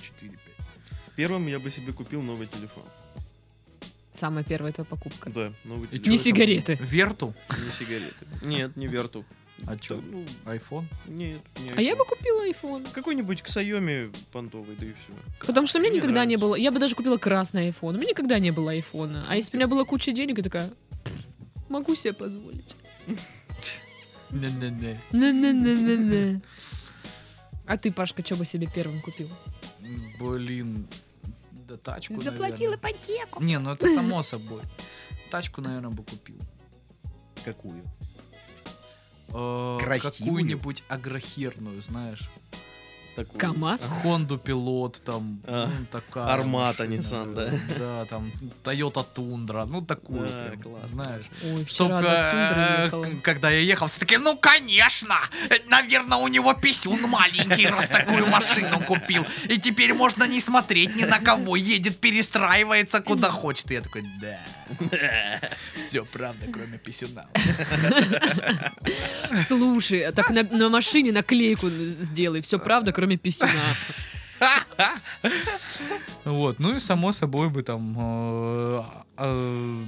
Speaker 2: 4-5.
Speaker 1: Первым я бы себе купил новый телефон.
Speaker 3: Самая первая твоя покупка.
Speaker 1: Да, новый
Speaker 2: И
Speaker 1: телефон.
Speaker 2: чё
Speaker 3: Не
Speaker 2: это?
Speaker 3: сигареты.
Speaker 2: Верту?
Speaker 1: Не сигареты. Нет, не верту.
Speaker 2: А
Speaker 1: Да,
Speaker 2: чё?
Speaker 1: ну,
Speaker 2: Айфон?
Speaker 1: нет, не
Speaker 3: А я
Speaker 1: iPhone.
Speaker 3: бы купила iPhone.
Speaker 1: Какой-нибудь Ксайоми понтовый, да и все.
Speaker 3: Потому что у меня
Speaker 1: Мне
Speaker 3: никогда не
Speaker 1: нравится.
Speaker 3: было... Я бы даже купила красный iPhone. У меня никогда не было айфона. А если бы у меня была куча денег, я такая... «Пф, Могу себе позволить.
Speaker 2: Не-не-не.
Speaker 3: На-на-на-на-на. А ты, Пашка, что бы себе первым купил?
Speaker 2: Блин. Да тачку,
Speaker 4: Заплатил
Speaker 2: наверное.
Speaker 4: ипотеку.
Speaker 2: Не, ну это само собой. Тачку, наверное, бы купил. Какую?
Speaker 1: Красивую?
Speaker 2: Э, Какую-нибудь агрохерную, знаешь.
Speaker 1: Такой.
Speaker 3: КамАЗ?
Speaker 2: Хонду Пилот, там,
Speaker 1: А,
Speaker 2: ну, такая.
Speaker 1: Армата
Speaker 2: машина,
Speaker 1: Nissan, да.
Speaker 2: Да, там, Toyota Тундра, ну, такую
Speaker 1: Да,
Speaker 2: прям,
Speaker 1: классно.
Speaker 2: знаешь.
Speaker 3: Ой,
Speaker 2: Чтоб,
Speaker 3: вчера до Тундры
Speaker 2: э,
Speaker 3: ехала.
Speaker 2: к- когда я ехал, все таки ну, конечно, наверное, у него писюн маленький, раз такую машину купил, и теперь можно не смотреть ни на кого, едет, перестраивается куда хочет. И я такой, да, все правда, кроме писюна.
Speaker 3: Слушай, а так на, на машине наклейку сделай. Все правда, кроме писюна.
Speaker 2: Вот, ну и само собой бы там э, э,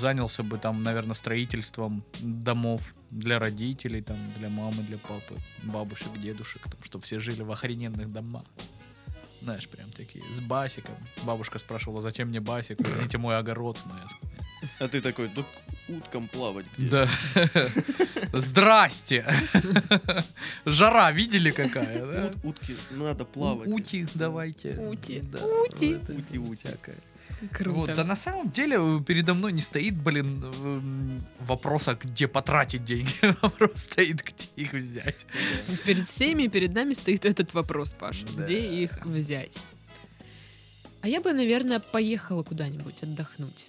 Speaker 2: занялся бы там, наверное, строительством домов для родителей, там, для мамы, для папы, бабушек, дедушек, там, чтобы все жили в охрененных домах. Знаешь, прям такие, с басиком. Бабушка спрашивала, зачем мне басик? Верните мой огород. Ну, я сказал,
Speaker 1: А ты такой, да к уткам плавать где?
Speaker 2: Да. Здрасте. Жара, видели какая? да?
Speaker 1: Ут- утки, надо плавать.
Speaker 2: Ути, давайте.
Speaker 3: Ути.
Speaker 2: Да,
Speaker 3: Ути.
Speaker 2: вот это
Speaker 1: Ути, ути.
Speaker 2: всякое. Вот, да
Speaker 3: Круто.
Speaker 2: на самом деле э, передо мной не стоит, блин, эм, вопроса, где потратить деньги. Вопрос стоит, где их взять.
Speaker 3: Перед всеми, и перед нами стоит этот вопрос, Паш.
Speaker 2: Да.
Speaker 3: Где их взять? А я бы, наверное, поехала куда-нибудь отдохнуть.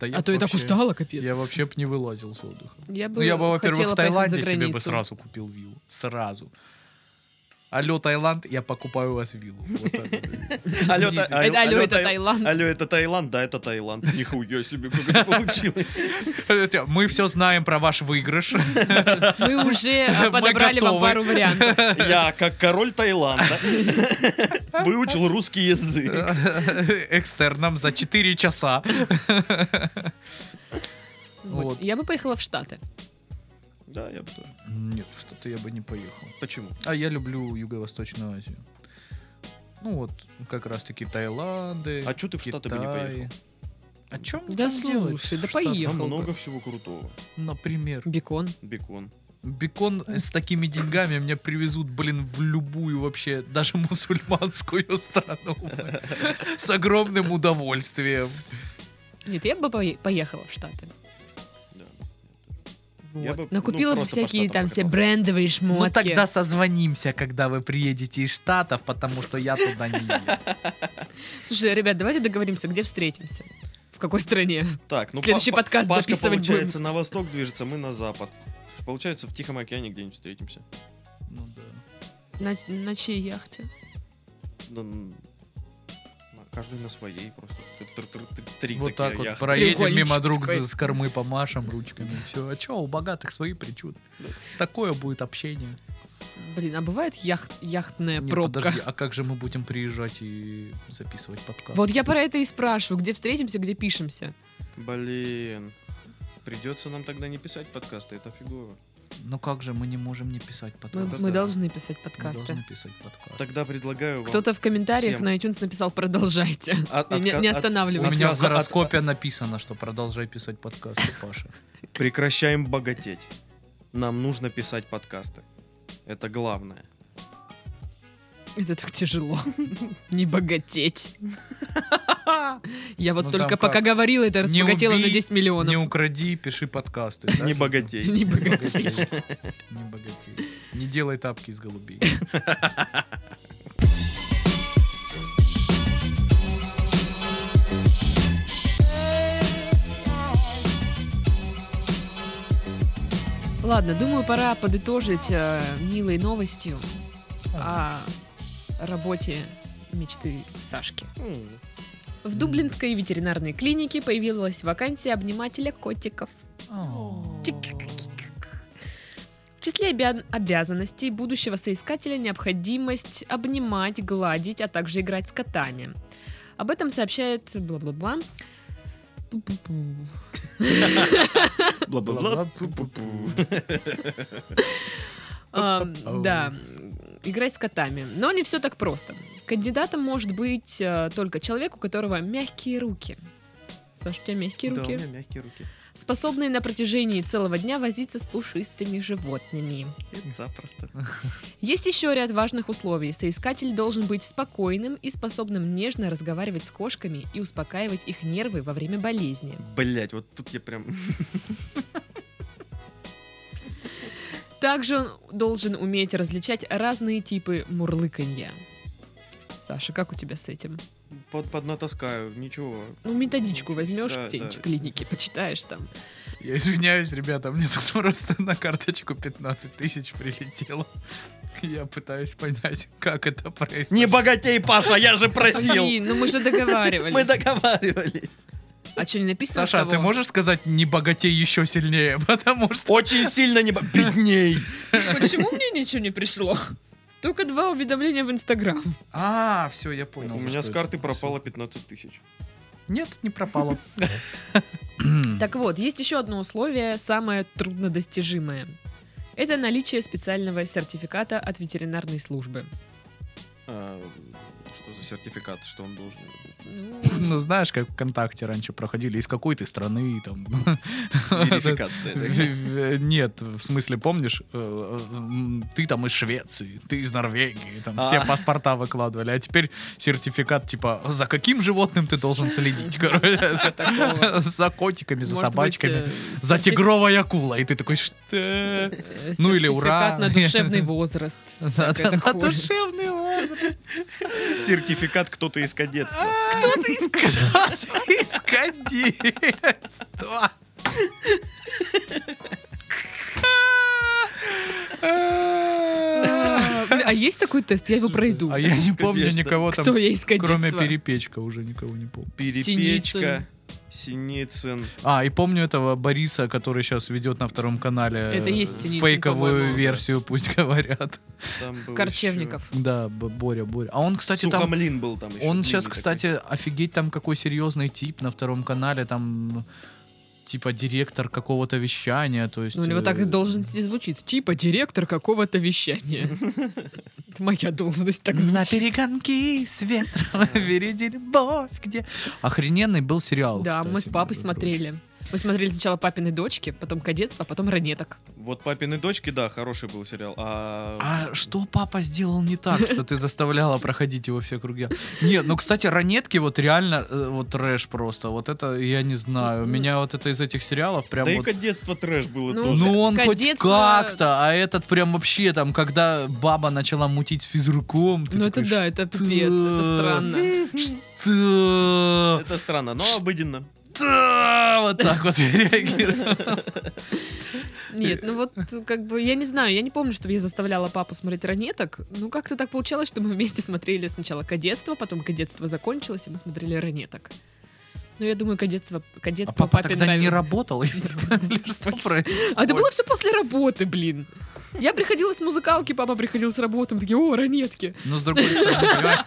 Speaker 2: Да я
Speaker 3: а
Speaker 2: б
Speaker 3: то я так
Speaker 2: вообще-
Speaker 3: устала, капец.
Speaker 2: Я вообще бы не вылазил с отдыха.
Speaker 3: Я бы,
Speaker 2: Ну, я бы, во-первых,
Speaker 3: хотела
Speaker 2: в
Speaker 3: поехать за
Speaker 2: Таиланде себе бы
Speaker 3: границу.
Speaker 2: сразу купил виллу. Сразу. Алло, Таиланд, я покупаю у вас виллу. Вот так вот.
Speaker 1: Алло,
Speaker 2: Нет,
Speaker 1: та-
Speaker 3: Это алло, это
Speaker 1: Таил-
Speaker 3: Таиланд.
Speaker 1: Алло, это Таиланд, да, это Таиланд. Нихуя себе, как это получилось.
Speaker 2: Хотя Мы все знаем про ваш выигрыш.
Speaker 3: Мы уже
Speaker 2: Мы
Speaker 3: а, подобрали вам
Speaker 2: готовы.
Speaker 3: пару вариантов.
Speaker 1: Я, как король Таиланда, выучил русский язык.
Speaker 2: Экстерном за 4 часа.
Speaker 3: Вот.
Speaker 2: Вот.
Speaker 3: Я бы поехала в Штаты.
Speaker 1: Да, я бы тоже.
Speaker 2: Нет, что-то я бы не поехал.
Speaker 1: Почему?
Speaker 2: А я люблю Юго-Восточную Азию. Ну вот, как раз-таки Таиланды,
Speaker 1: А чё ты в Штаты бы не
Speaker 2: Китай.
Speaker 1: поехал?
Speaker 2: А чем мне
Speaker 3: Да
Speaker 2: там делать?
Speaker 3: слушай, да
Speaker 2: Штат-
Speaker 1: Там
Speaker 3: поехал бы.
Speaker 1: много всего крутого.
Speaker 2: Например,
Speaker 3: Бекон.
Speaker 1: Бекон.
Speaker 2: бекон с такими деньгами мне привезут, блин, в любую вообще, даже мусульманскую страну. блин, С огромным удовольствием.
Speaker 3: Нет, я бы пое- поехала в Штаты.
Speaker 1: Да. Я
Speaker 3: Вот.
Speaker 1: бы, ну,
Speaker 3: Накупила бы
Speaker 1: просто по
Speaker 3: всякие
Speaker 1: Штатам
Speaker 3: там все
Speaker 1: покатался.
Speaker 3: брендовые шмотки.
Speaker 2: Ну тогда созвонимся, когда вы приедете из Штатов, потому что я туда не еду.
Speaker 3: Слушай, ребят, давайте договоримся, где встретимся. В какой стране?
Speaker 1: Так, ну
Speaker 3: Следующий
Speaker 1: Па- Па-
Speaker 3: подкаст
Speaker 1: Пашка,
Speaker 3: записывать будем.
Speaker 1: получается, на восток движется, мы на запад. Получается, в Тихом океане где-нибудь встретимся.
Speaker 2: Ну да.
Speaker 3: На, на чьей яхте?
Speaker 1: Да, м, на- Каждый на своей просто. Тр- тр- тр- Три
Speaker 2: Вот
Speaker 1: такие
Speaker 2: так вот
Speaker 1: яхты.
Speaker 2: проедем
Speaker 3: Треугольничек
Speaker 2: мимо друг
Speaker 3: такой.
Speaker 2: с кормы помашем ручками. Все. А чё, у богатых свои причуды. Такое будет общение.
Speaker 3: Блин, а бывает яхт, яхтная
Speaker 2: Не,
Speaker 3: пробка?
Speaker 2: подожди, а как же мы будем приезжать и записывать подкаст?
Speaker 3: Вот я про это и спрашиваю, где встретимся, где пишемся.
Speaker 1: Блин. Придется нам тогда не писать подкасты, это фигово.
Speaker 2: Ну как же мы не можем не писать
Speaker 3: Мы,
Speaker 2: подкаст?
Speaker 1: Это
Speaker 3: мы
Speaker 1: да.
Speaker 3: должны писать
Speaker 2: Мы
Speaker 3: подкасты.
Speaker 2: должны писать подкаст.
Speaker 1: Тогда предлагаю вам...
Speaker 3: Кто-то в комментариях
Speaker 1: Всем.
Speaker 3: на iTunes написал «продолжайте».
Speaker 1: От-
Speaker 3: И не,
Speaker 1: отка-
Speaker 3: не
Speaker 1: от-
Speaker 2: У
Speaker 3: останавливайтесь.
Speaker 2: меня в
Speaker 1: Отказа от-
Speaker 2: гороскопе написано, что продолжай писать подкасты, Паша.
Speaker 1: Прекращаем богатеть. Нам нужно писать подкасты. Это главное.
Speaker 3: Это так тяжело. Не богатеть. Я вот
Speaker 2: Ну,
Speaker 3: только
Speaker 2: там
Speaker 3: пока
Speaker 2: как?
Speaker 3: говорила, это
Speaker 2: Не
Speaker 3: разбогатела на
Speaker 2: убей,
Speaker 3: 10
Speaker 2: Не
Speaker 3: миллионов.
Speaker 2: укради, пиши подкасты. да?
Speaker 1: Не богатей.
Speaker 3: Не
Speaker 2: Не
Speaker 3: богатеть.
Speaker 2: богатей. Не богатей. Не делай тапки из голубей.
Speaker 3: Ладно, думаю, пора подытожить э, милой новостью о работе мечты Сашки.
Speaker 1: М,
Speaker 3: В Дублинской ветеринарной клинике появилась вакансия обнимателя котиков.
Speaker 2: О.
Speaker 3: В числе обя- обязанностей будущего соискателя необходимость обнимать, гладить, а также играть с котами. Об этом сообщает бла-бла-бла. Пу-пу-пу.
Speaker 1: Бла-бла-бла. пу-пу-пу.
Speaker 3: А,
Speaker 2: Ау.
Speaker 3: Да, играть с котами. Но не все так просто. Кандидатом может быть э, только человек, у которого мягкие руки. Саш, у тебя мягкие
Speaker 1: Да, у
Speaker 3: руки?
Speaker 1: меня мягкие руки.
Speaker 3: Способные на протяжении целого дня возиться с пушистыми животными.
Speaker 1: Это запросто.
Speaker 3: Есть еще ряд важных условий. Соискатель должен быть спокойным и способным нежно разговаривать с кошками и успокаивать их нервы во время болезни.
Speaker 1: Блять, вот тут я прям...
Speaker 3: Также он должен уметь различать разные типы мурлыканья. Саша, как у тебя с этим?
Speaker 1: Под, поднатаскаю, ничего.
Speaker 3: Ну, методичку возьмешь
Speaker 1: Да,
Speaker 3: где-нибудь
Speaker 1: да.
Speaker 3: в клинике, почитаешь там.
Speaker 2: Я извиняюсь, ребята, мне тут просто на карточку 15 тысяч прилетело. Я пытаюсь понять, как это произошло.
Speaker 1: Не богатей, Паша, я же просил.
Speaker 3: Блин, ну мы же договаривались.
Speaker 1: Мы договаривались.
Speaker 3: А что, не написано
Speaker 2: Саша, а
Speaker 3: кого?
Speaker 2: ты можешь сказать не богатей еще сильнее? Потому что
Speaker 1: Очень сильно не... бо- Бедней.
Speaker 3: Почему мне ничего не пришло? Только два уведомления в Инстаграм.
Speaker 2: А, все, я понял.
Speaker 1: У
Speaker 2: за
Speaker 1: меня
Speaker 2: что
Speaker 1: с
Speaker 2: это.
Speaker 1: карты пропало 15 тысяч.
Speaker 2: Нет, не пропало.
Speaker 3: Так вот, есть еще одно условие, самое труднодостижимое. Это наличие специального сертификата от ветеринарной службы.
Speaker 1: А, Что за сертификат, что он должен?
Speaker 3: Ну,
Speaker 2: Ну, знаешь, как ВКонтакте раньше проходили, из какой ты страны, там.
Speaker 1: Верификация. да?
Speaker 2: Э, Нет, в смысле, помнишь, э, э, м, ты там из Швеции, ты из Норвегии, там
Speaker 1: А.
Speaker 2: все паспорта выкладывали, а теперь сертификат, типа, за каким животным ты должен следить, короче, за котиками, за
Speaker 3: типа может
Speaker 2: собачками,
Speaker 3: быть, э,
Speaker 2: за
Speaker 3: сертифи-
Speaker 2: тигровой акулой, и ты такой, что?
Speaker 3: э,
Speaker 2: ну или ура.
Speaker 3: сертификат на душевный возраст.
Speaker 2: На
Speaker 3: всякое
Speaker 2: на
Speaker 3: такое.
Speaker 2: душевный возраст.
Speaker 1: Сертификат кто-то из кадетства.
Speaker 2: Кто ты из кадетства?
Speaker 3: А блин, а есть такой тест? Я его пройду.
Speaker 2: А я не помню
Speaker 1: Конечно.
Speaker 2: никого там,
Speaker 3: Кто я из кадетства?
Speaker 2: кроме перепечка, уже никого не помню.
Speaker 1: Перепечка. Синицын.
Speaker 2: А, и помню этого Бориса, который сейчас ведет на втором канале
Speaker 3: Это
Speaker 2: э,
Speaker 3: есть Синицын,
Speaker 2: фейковую
Speaker 3: по-моему.
Speaker 2: версию, пусть говорят.
Speaker 1: Там был
Speaker 3: Корчевников.
Speaker 2: Да, Б- Боря, Боря. А он,
Speaker 1: еще-
Speaker 2: кстати, там...
Speaker 1: Сухомлин был там еще.
Speaker 2: Он
Speaker 1: длинный
Speaker 2: сейчас,
Speaker 1: такой.
Speaker 2: кстати, офигеть, там какой серьезный тип на втором канале, там типа директор какого-то вещания, то есть...
Speaker 3: Ну, у него так и
Speaker 2: э,
Speaker 3: должность и звучит. Типа директор какого-то вещания. Это моя должность так
Speaker 2: На
Speaker 3: звучит.
Speaker 2: перегонки с ветром впереди любовь, где... Охрененный был сериал,
Speaker 3: Да,
Speaker 2: кстати,
Speaker 3: мы с папой
Speaker 2: между
Speaker 3: смотрели. Мы смотрели сначала папиной дочки, потом кадетство, а потом ранеток.
Speaker 1: Вот «Папины дочки», да, хороший был сериал. А...
Speaker 2: А что папа сделал не так, что ты заставляла проходить его все круги? Нет, ну, кстати, ранетки вот реально, э, вот трэш просто. Вот это, я не знаю, меня вот это из этих сериалов прям
Speaker 1: Да и
Speaker 2: вот...
Speaker 1: кадетство трэш было
Speaker 3: Ну,
Speaker 1: тоже.
Speaker 2: Ну он хоть
Speaker 3: Кадетство-
Speaker 2: как-то, а этот прям вообще там, когда баба начала мутить с физруком, ты
Speaker 3: Ну это
Speaker 2: такой,
Speaker 3: да, это пипец, это странно.
Speaker 2: Что?
Speaker 1: Это странно, но обыденно.
Speaker 2: Что? Вот так вот я реагировал.
Speaker 3: Нет, ну вот как бы я не знаю, я не помню, что я заставляла папу смотреть ранеток. Ну как-то так получалось, что мы вместе смотрели сначала кадетство, потом кадетство закончилось, и мы смотрели ранеток. Ну я думаю, кадетство,
Speaker 2: А
Speaker 3: кадетство
Speaker 2: папа
Speaker 3: папе
Speaker 2: тогда не
Speaker 3: нравилось.
Speaker 2: работал? Или Что происходит?
Speaker 3: А это было все после работы, блин. Я приходила с музыкалки, папа приходил с работы, мы такие, о, ранетки.
Speaker 2: Но с другой стороны, понимаешь,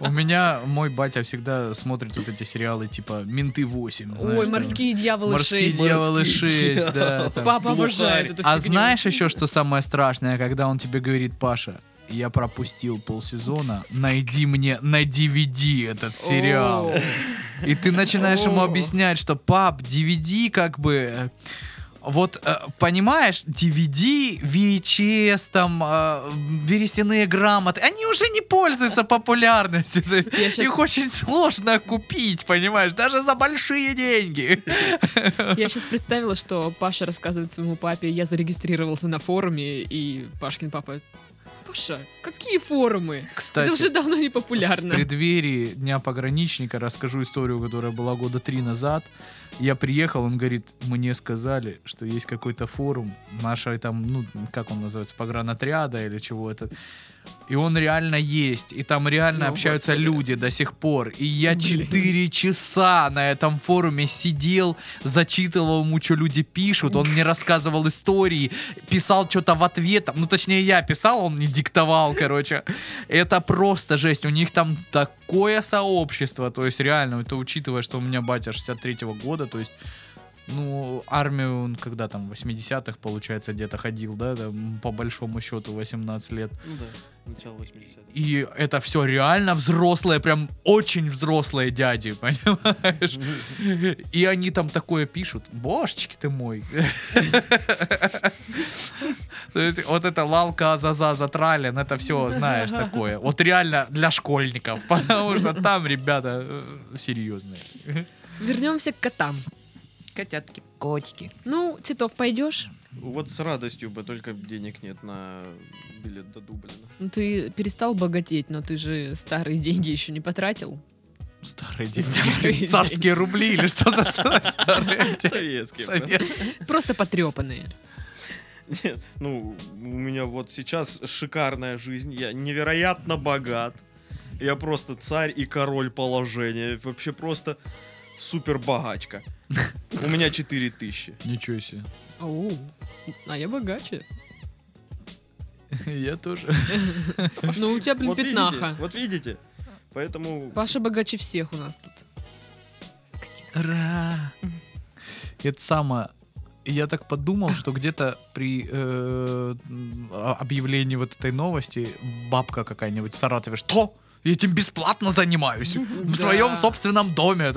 Speaker 2: у меня мой батя всегда смотрит вот эти сериалы типа «Менты 8». знаешь,
Speaker 3: Ой,
Speaker 2: там,
Speaker 3: морские дьяволы
Speaker 2: «Морские
Speaker 3: шесть».
Speaker 2: дьяволы
Speaker 1: Морские
Speaker 2: 6», да. там.
Speaker 3: Папа
Speaker 1: глухарь.
Speaker 3: обожает эту
Speaker 2: А
Speaker 3: фигню.
Speaker 2: знаешь еще, что самое страшное, когда он тебе говорит, Паша, я пропустил полсезона, найди мне на DVD этот сериал. И ты начинаешь ему
Speaker 3: О.
Speaker 2: объяснять, что пап, DVD как бы... э, Вот, э, понимаешь, DVD, VHS, там, э, берестяные грамоты, они уже не пользуются популярностью.
Speaker 3: Я щас-
Speaker 2: Их очень сложно купить, понимаешь, даже за большие деньги.
Speaker 3: Я сейчас представила, что Паша рассказывает своему папе, я зарегистрировался на форуме, и Пашкин папа, Паша, какие форумы?
Speaker 2: Кстати,
Speaker 3: Это уже давно не популярно.
Speaker 2: В преддверии Дня пограничника расскажу историю, которая была года три назад. Я приехал, он говорит, мне сказали, что есть какой-то форум нашей там, ну, как он называется, погранотряда или чего это. И он реально есть, и там реально
Speaker 3: Ну,
Speaker 2: общаются
Speaker 3: господи.
Speaker 2: люди до сих пор. И я
Speaker 3: Блин.
Speaker 2: 4 часа на этом форуме сидел, зачитывал ему, что люди пишут, он мне рассказывал истории, писал что-то в ответ, там, ну точнее я писал, он не диктовал, короче. Это просто жесть, у них там такое сообщество, то есть реально, это учитывая, что у меня батя 63-го года, то есть ну, армию он когда там, в 80-х, получается, где-то ходил, да, там, по большому счету, 18 лет.
Speaker 1: Ну да, начало 80-х.
Speaker 2: И это все реально взрослые, прям очень взрослые дяди, понимаешь? И они там такое пишут. Божечки ты мой. То есть вот это лалка заза затрален, это все, знаешь, такое. Вот реально для школьников, потому что там ребята э, серьезные.
Speaker 3: Вернемся к котам.
Speaker 1: Котятки.
Speaker 2: Котики.
Speaker 3: Ну, Титов, пойдешь?
Speaker 1: Вот с радостью бы, только денег нет на билет до Дублина.
Speaker 3: Ну, ты перестал богатеть, но ты же старые деньги еще не потратил.
Speaker 2: Старые
Speaker 3: Старые
Speaker 2: деньги.
Speaker 3: деньги.
Speaker 2: Царские рубли или что за старые деньги?
Speaker 1: Советские. правда?
Speaker 2: Советские.
Speaker 3: Просто потрепанные.
Speaker 1: Нет, ну, у меня вот сейчас шикарная жизнь, я невероятно богат. Я просто царь и король положения. Вообще просто супер богачка. У меня 4000.
Speaker 2: Ничего себе.
Speaker 3: Оу, а я богаче.
Speaker 2: Я тоже.
Speaker 3: Ну, у тебя, блин,
Speaker 1: Вот видите,
Speaker 3: пятнаха.
Speaker 1: вот видите. Поэтому
Speaker 3: Паша богаче всех у нас тут.
Speaker 2: Ра. Это самое. Я так подумал, что где-то при э, м, а- объявлении вот этой новости бабка какая-нибудь в Саратове, что? Я этим бесплатно занимаюсь в
Speaker 3: Да.
Speaker 2: своем собственном доме.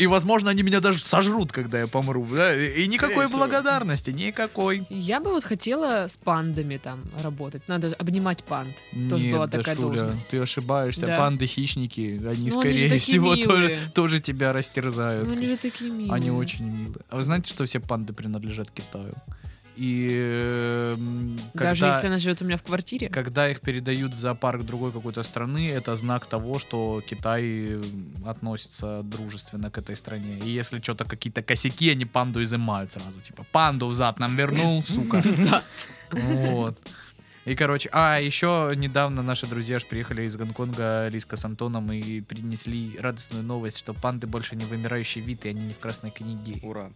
Speaker 2: И, возможно, они меня даже сожрут, когда я помру. да? И никакой
Speaker 1: всего.
Speaker 2: благодарности, никакой.
Speaker 3: Я бы вот хотела с пандами там работать. Надо обнимать панд. Тоже
Speaker 2: Нет,
Speaker 3: была
Speaker 2: да,
Speaker 3: такая
Speaker 2: Шуля,
Speaker 3: должность.
Speaker 2: Ты ошибаешься.
Speaker 3: Да.
Speaker 2: Панды-хищники, они,
Speaker 3: Ну, они же
Speaker 2: скорее
Speaker 3: такие
Speaker 2: всего, тоже,
Speaker 3: милые.
Speaker 2: тоже тебя растерзают.
Speaker 3: Ну, они же такие милые.
Speaker 2: Они очень милые. А вы знаете, что все панды принадлежат Китаю? И эм, когда,
Speaker 3: Даже если она живет у меня в квартире.
Speaker 2: когда их передают в зоопарк другой какой-то страны, это знак того, что Китай м, относится дружественно к этой стране. И если что-то какие-то косяки, они панду изымают сразу. Типа, панду взад нам вернул, сука.
Speaker 3: Да.
Speaker 2: Вот. И, короче, а еще недавно наши друзья ж приехали из Гонконга, Лиска с Антоном, и принесли радостную новость, что панды больше не вымирающий вид, и они не в красной книге
Speaker 1: ура.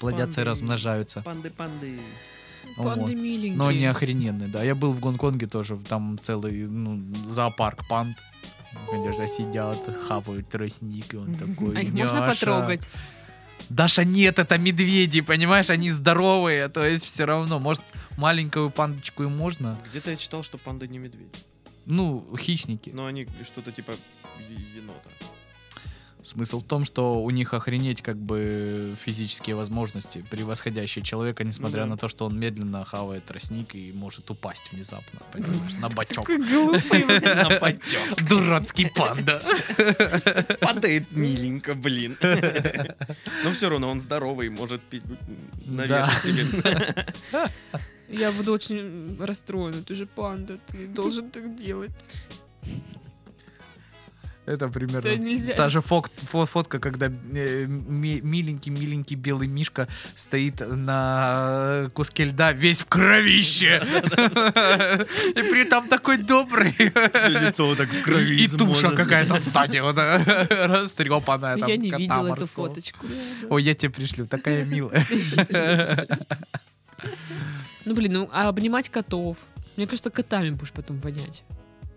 Speaker 2: плодятся и
Speaker 1: Панды.
Speaker 2: размножаются.
Speaker 1: Панды, панды.
Speaker 2: Вот.
Speaker 3: Панды миленькие. А
Speaker 2: Но они охрененные, да. Я был в Гонконге тоже, там целый ну, зоопарк панд. Конечно, сидят, хавают тростник, и он такой,
Speaker 3: А их можно
Speaker 2: «Няша».
Speaker 3: потрогать?
Speaker 2: Даша, нет, это медведи, понимаешь, они здоровые, то есть все равно, может, маленькую пандочку и можно.
Speaker 1: Где-то я читал, что панды не медведи.
Speaker 2: Ну, хищники.
Speaker 1: Но они что-то типа е- енота.
Speaker 2: Смысл в том, что у них охренеть как бы физические возможности, превосходящие человека, несмотря
Speaker 1: Ну да.
Speaker 2: на то, что он медленно хавает тростник и может упасть внезапно, понимаешь, на бачок.
Speaker 3: Какой глупый. вы.
Speaker 2: Дурацкий панда.
Speaker 1: Падает миленько, блин. Но все равно он здоровый, может пить навешать тебе.
Speaker 3: Я буду очень расстроена. Ты же панда, ты должен так делать.
Speaker 2: Это
Speaker 3: Да
Speaker 2: примерно
Speaker 3: нельзя.
Speaker 2: та же фок- фо- фотка, когда э, ми- миленький-миленький белый мишка стоит на куске льда весь в кровище. И при этом такой добрый.
Speaker 1: Лицо вот так в
Speaker 2: И туша какая-то сзади, вот э, растрепанная. там,
Speaker 3: Я не
Speaker 2: кота
Speaker 3: видела эту
Speaker 2: морского.
Speaker 3: фоточку.
Speaker 2: Ой, я тебе пришлю, такая милая.
Speaker 3: Ну, блин, ну, а обнимать котов? Мне кажется, котами будешь потом вонять.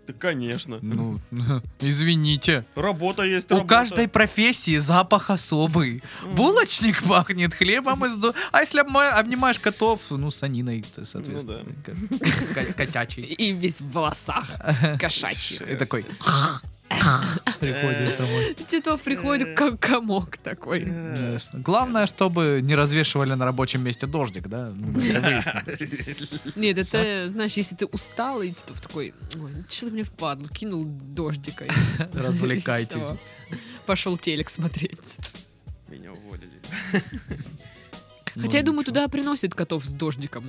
Speaker 1: Да, конечно.
Speaker 2: Ну, извините.
Speaker 1: Работа есть
Speaker 2: У
Speaker 1: работа.
Speaker 2: каждой профессии запах особый. Булочник пахнет хлебом из ду- А если обма- обнимаешь котов, ну, саниной, то, соответственно.
Speaker 1: Ну
Speaker 2: ко- ко- Котячий.
Speaker 3: И- И весь в волосах кошачьих.
Speaker 2: И такой...
Speaker 3: Э.
Speaker 2: Приходишь домой. Ну,
Speaker 3: Титов приходит как комок такой.
Speaker 1: Э,
Speaker 2: Главное, чтобы не развешивали на рабочем месте дождик, да? Ну, мы это выяснили.
Speaker 3: Нет, это, знаешь, если ты устал, и Титов такой, ой, что ты мне впадлу, кинул дождика. и
Speaker 2: Развлекайтесь.
Speaker 3: всё. Пошел телек смотреть.
Speaker 1: Меня уволили.
Speaker 2: Ну,
Speaker 3: Хотя, я думаю,
Speaker 2: ничего.
Speaker 3: туда приносят котов с дождиком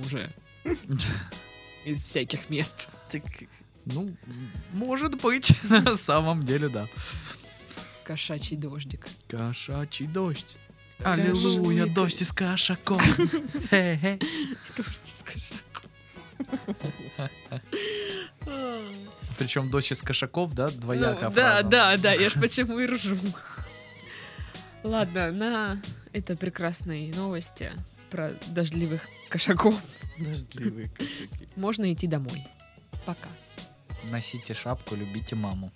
Speaker 3: уже. Из всяких мест.
Speaker 1: Так,
Speaker 2: Ну, может быть, на самом деле, да.
Speaker 3: Кошачий дождик.
Speaker 2: Кошачий дождь.
Speaker 3: Аллилуйя,
Speaker 2: Аллилуйя, дождь из кошаков. Хе-хе. Причем дождь из кошаков, да, двояко
Speaker 3: Ну, да,
Speaker 2: фраза.
Speaker 3: да, да, я ж почему и ржу. Ладно, на этой прекрасной новости про дождливых кошаков
Speaker 1: дождливые какие.
Speaker 3: можно идти домой. Пока.
Speaker 2: Носите шапку, любите маму.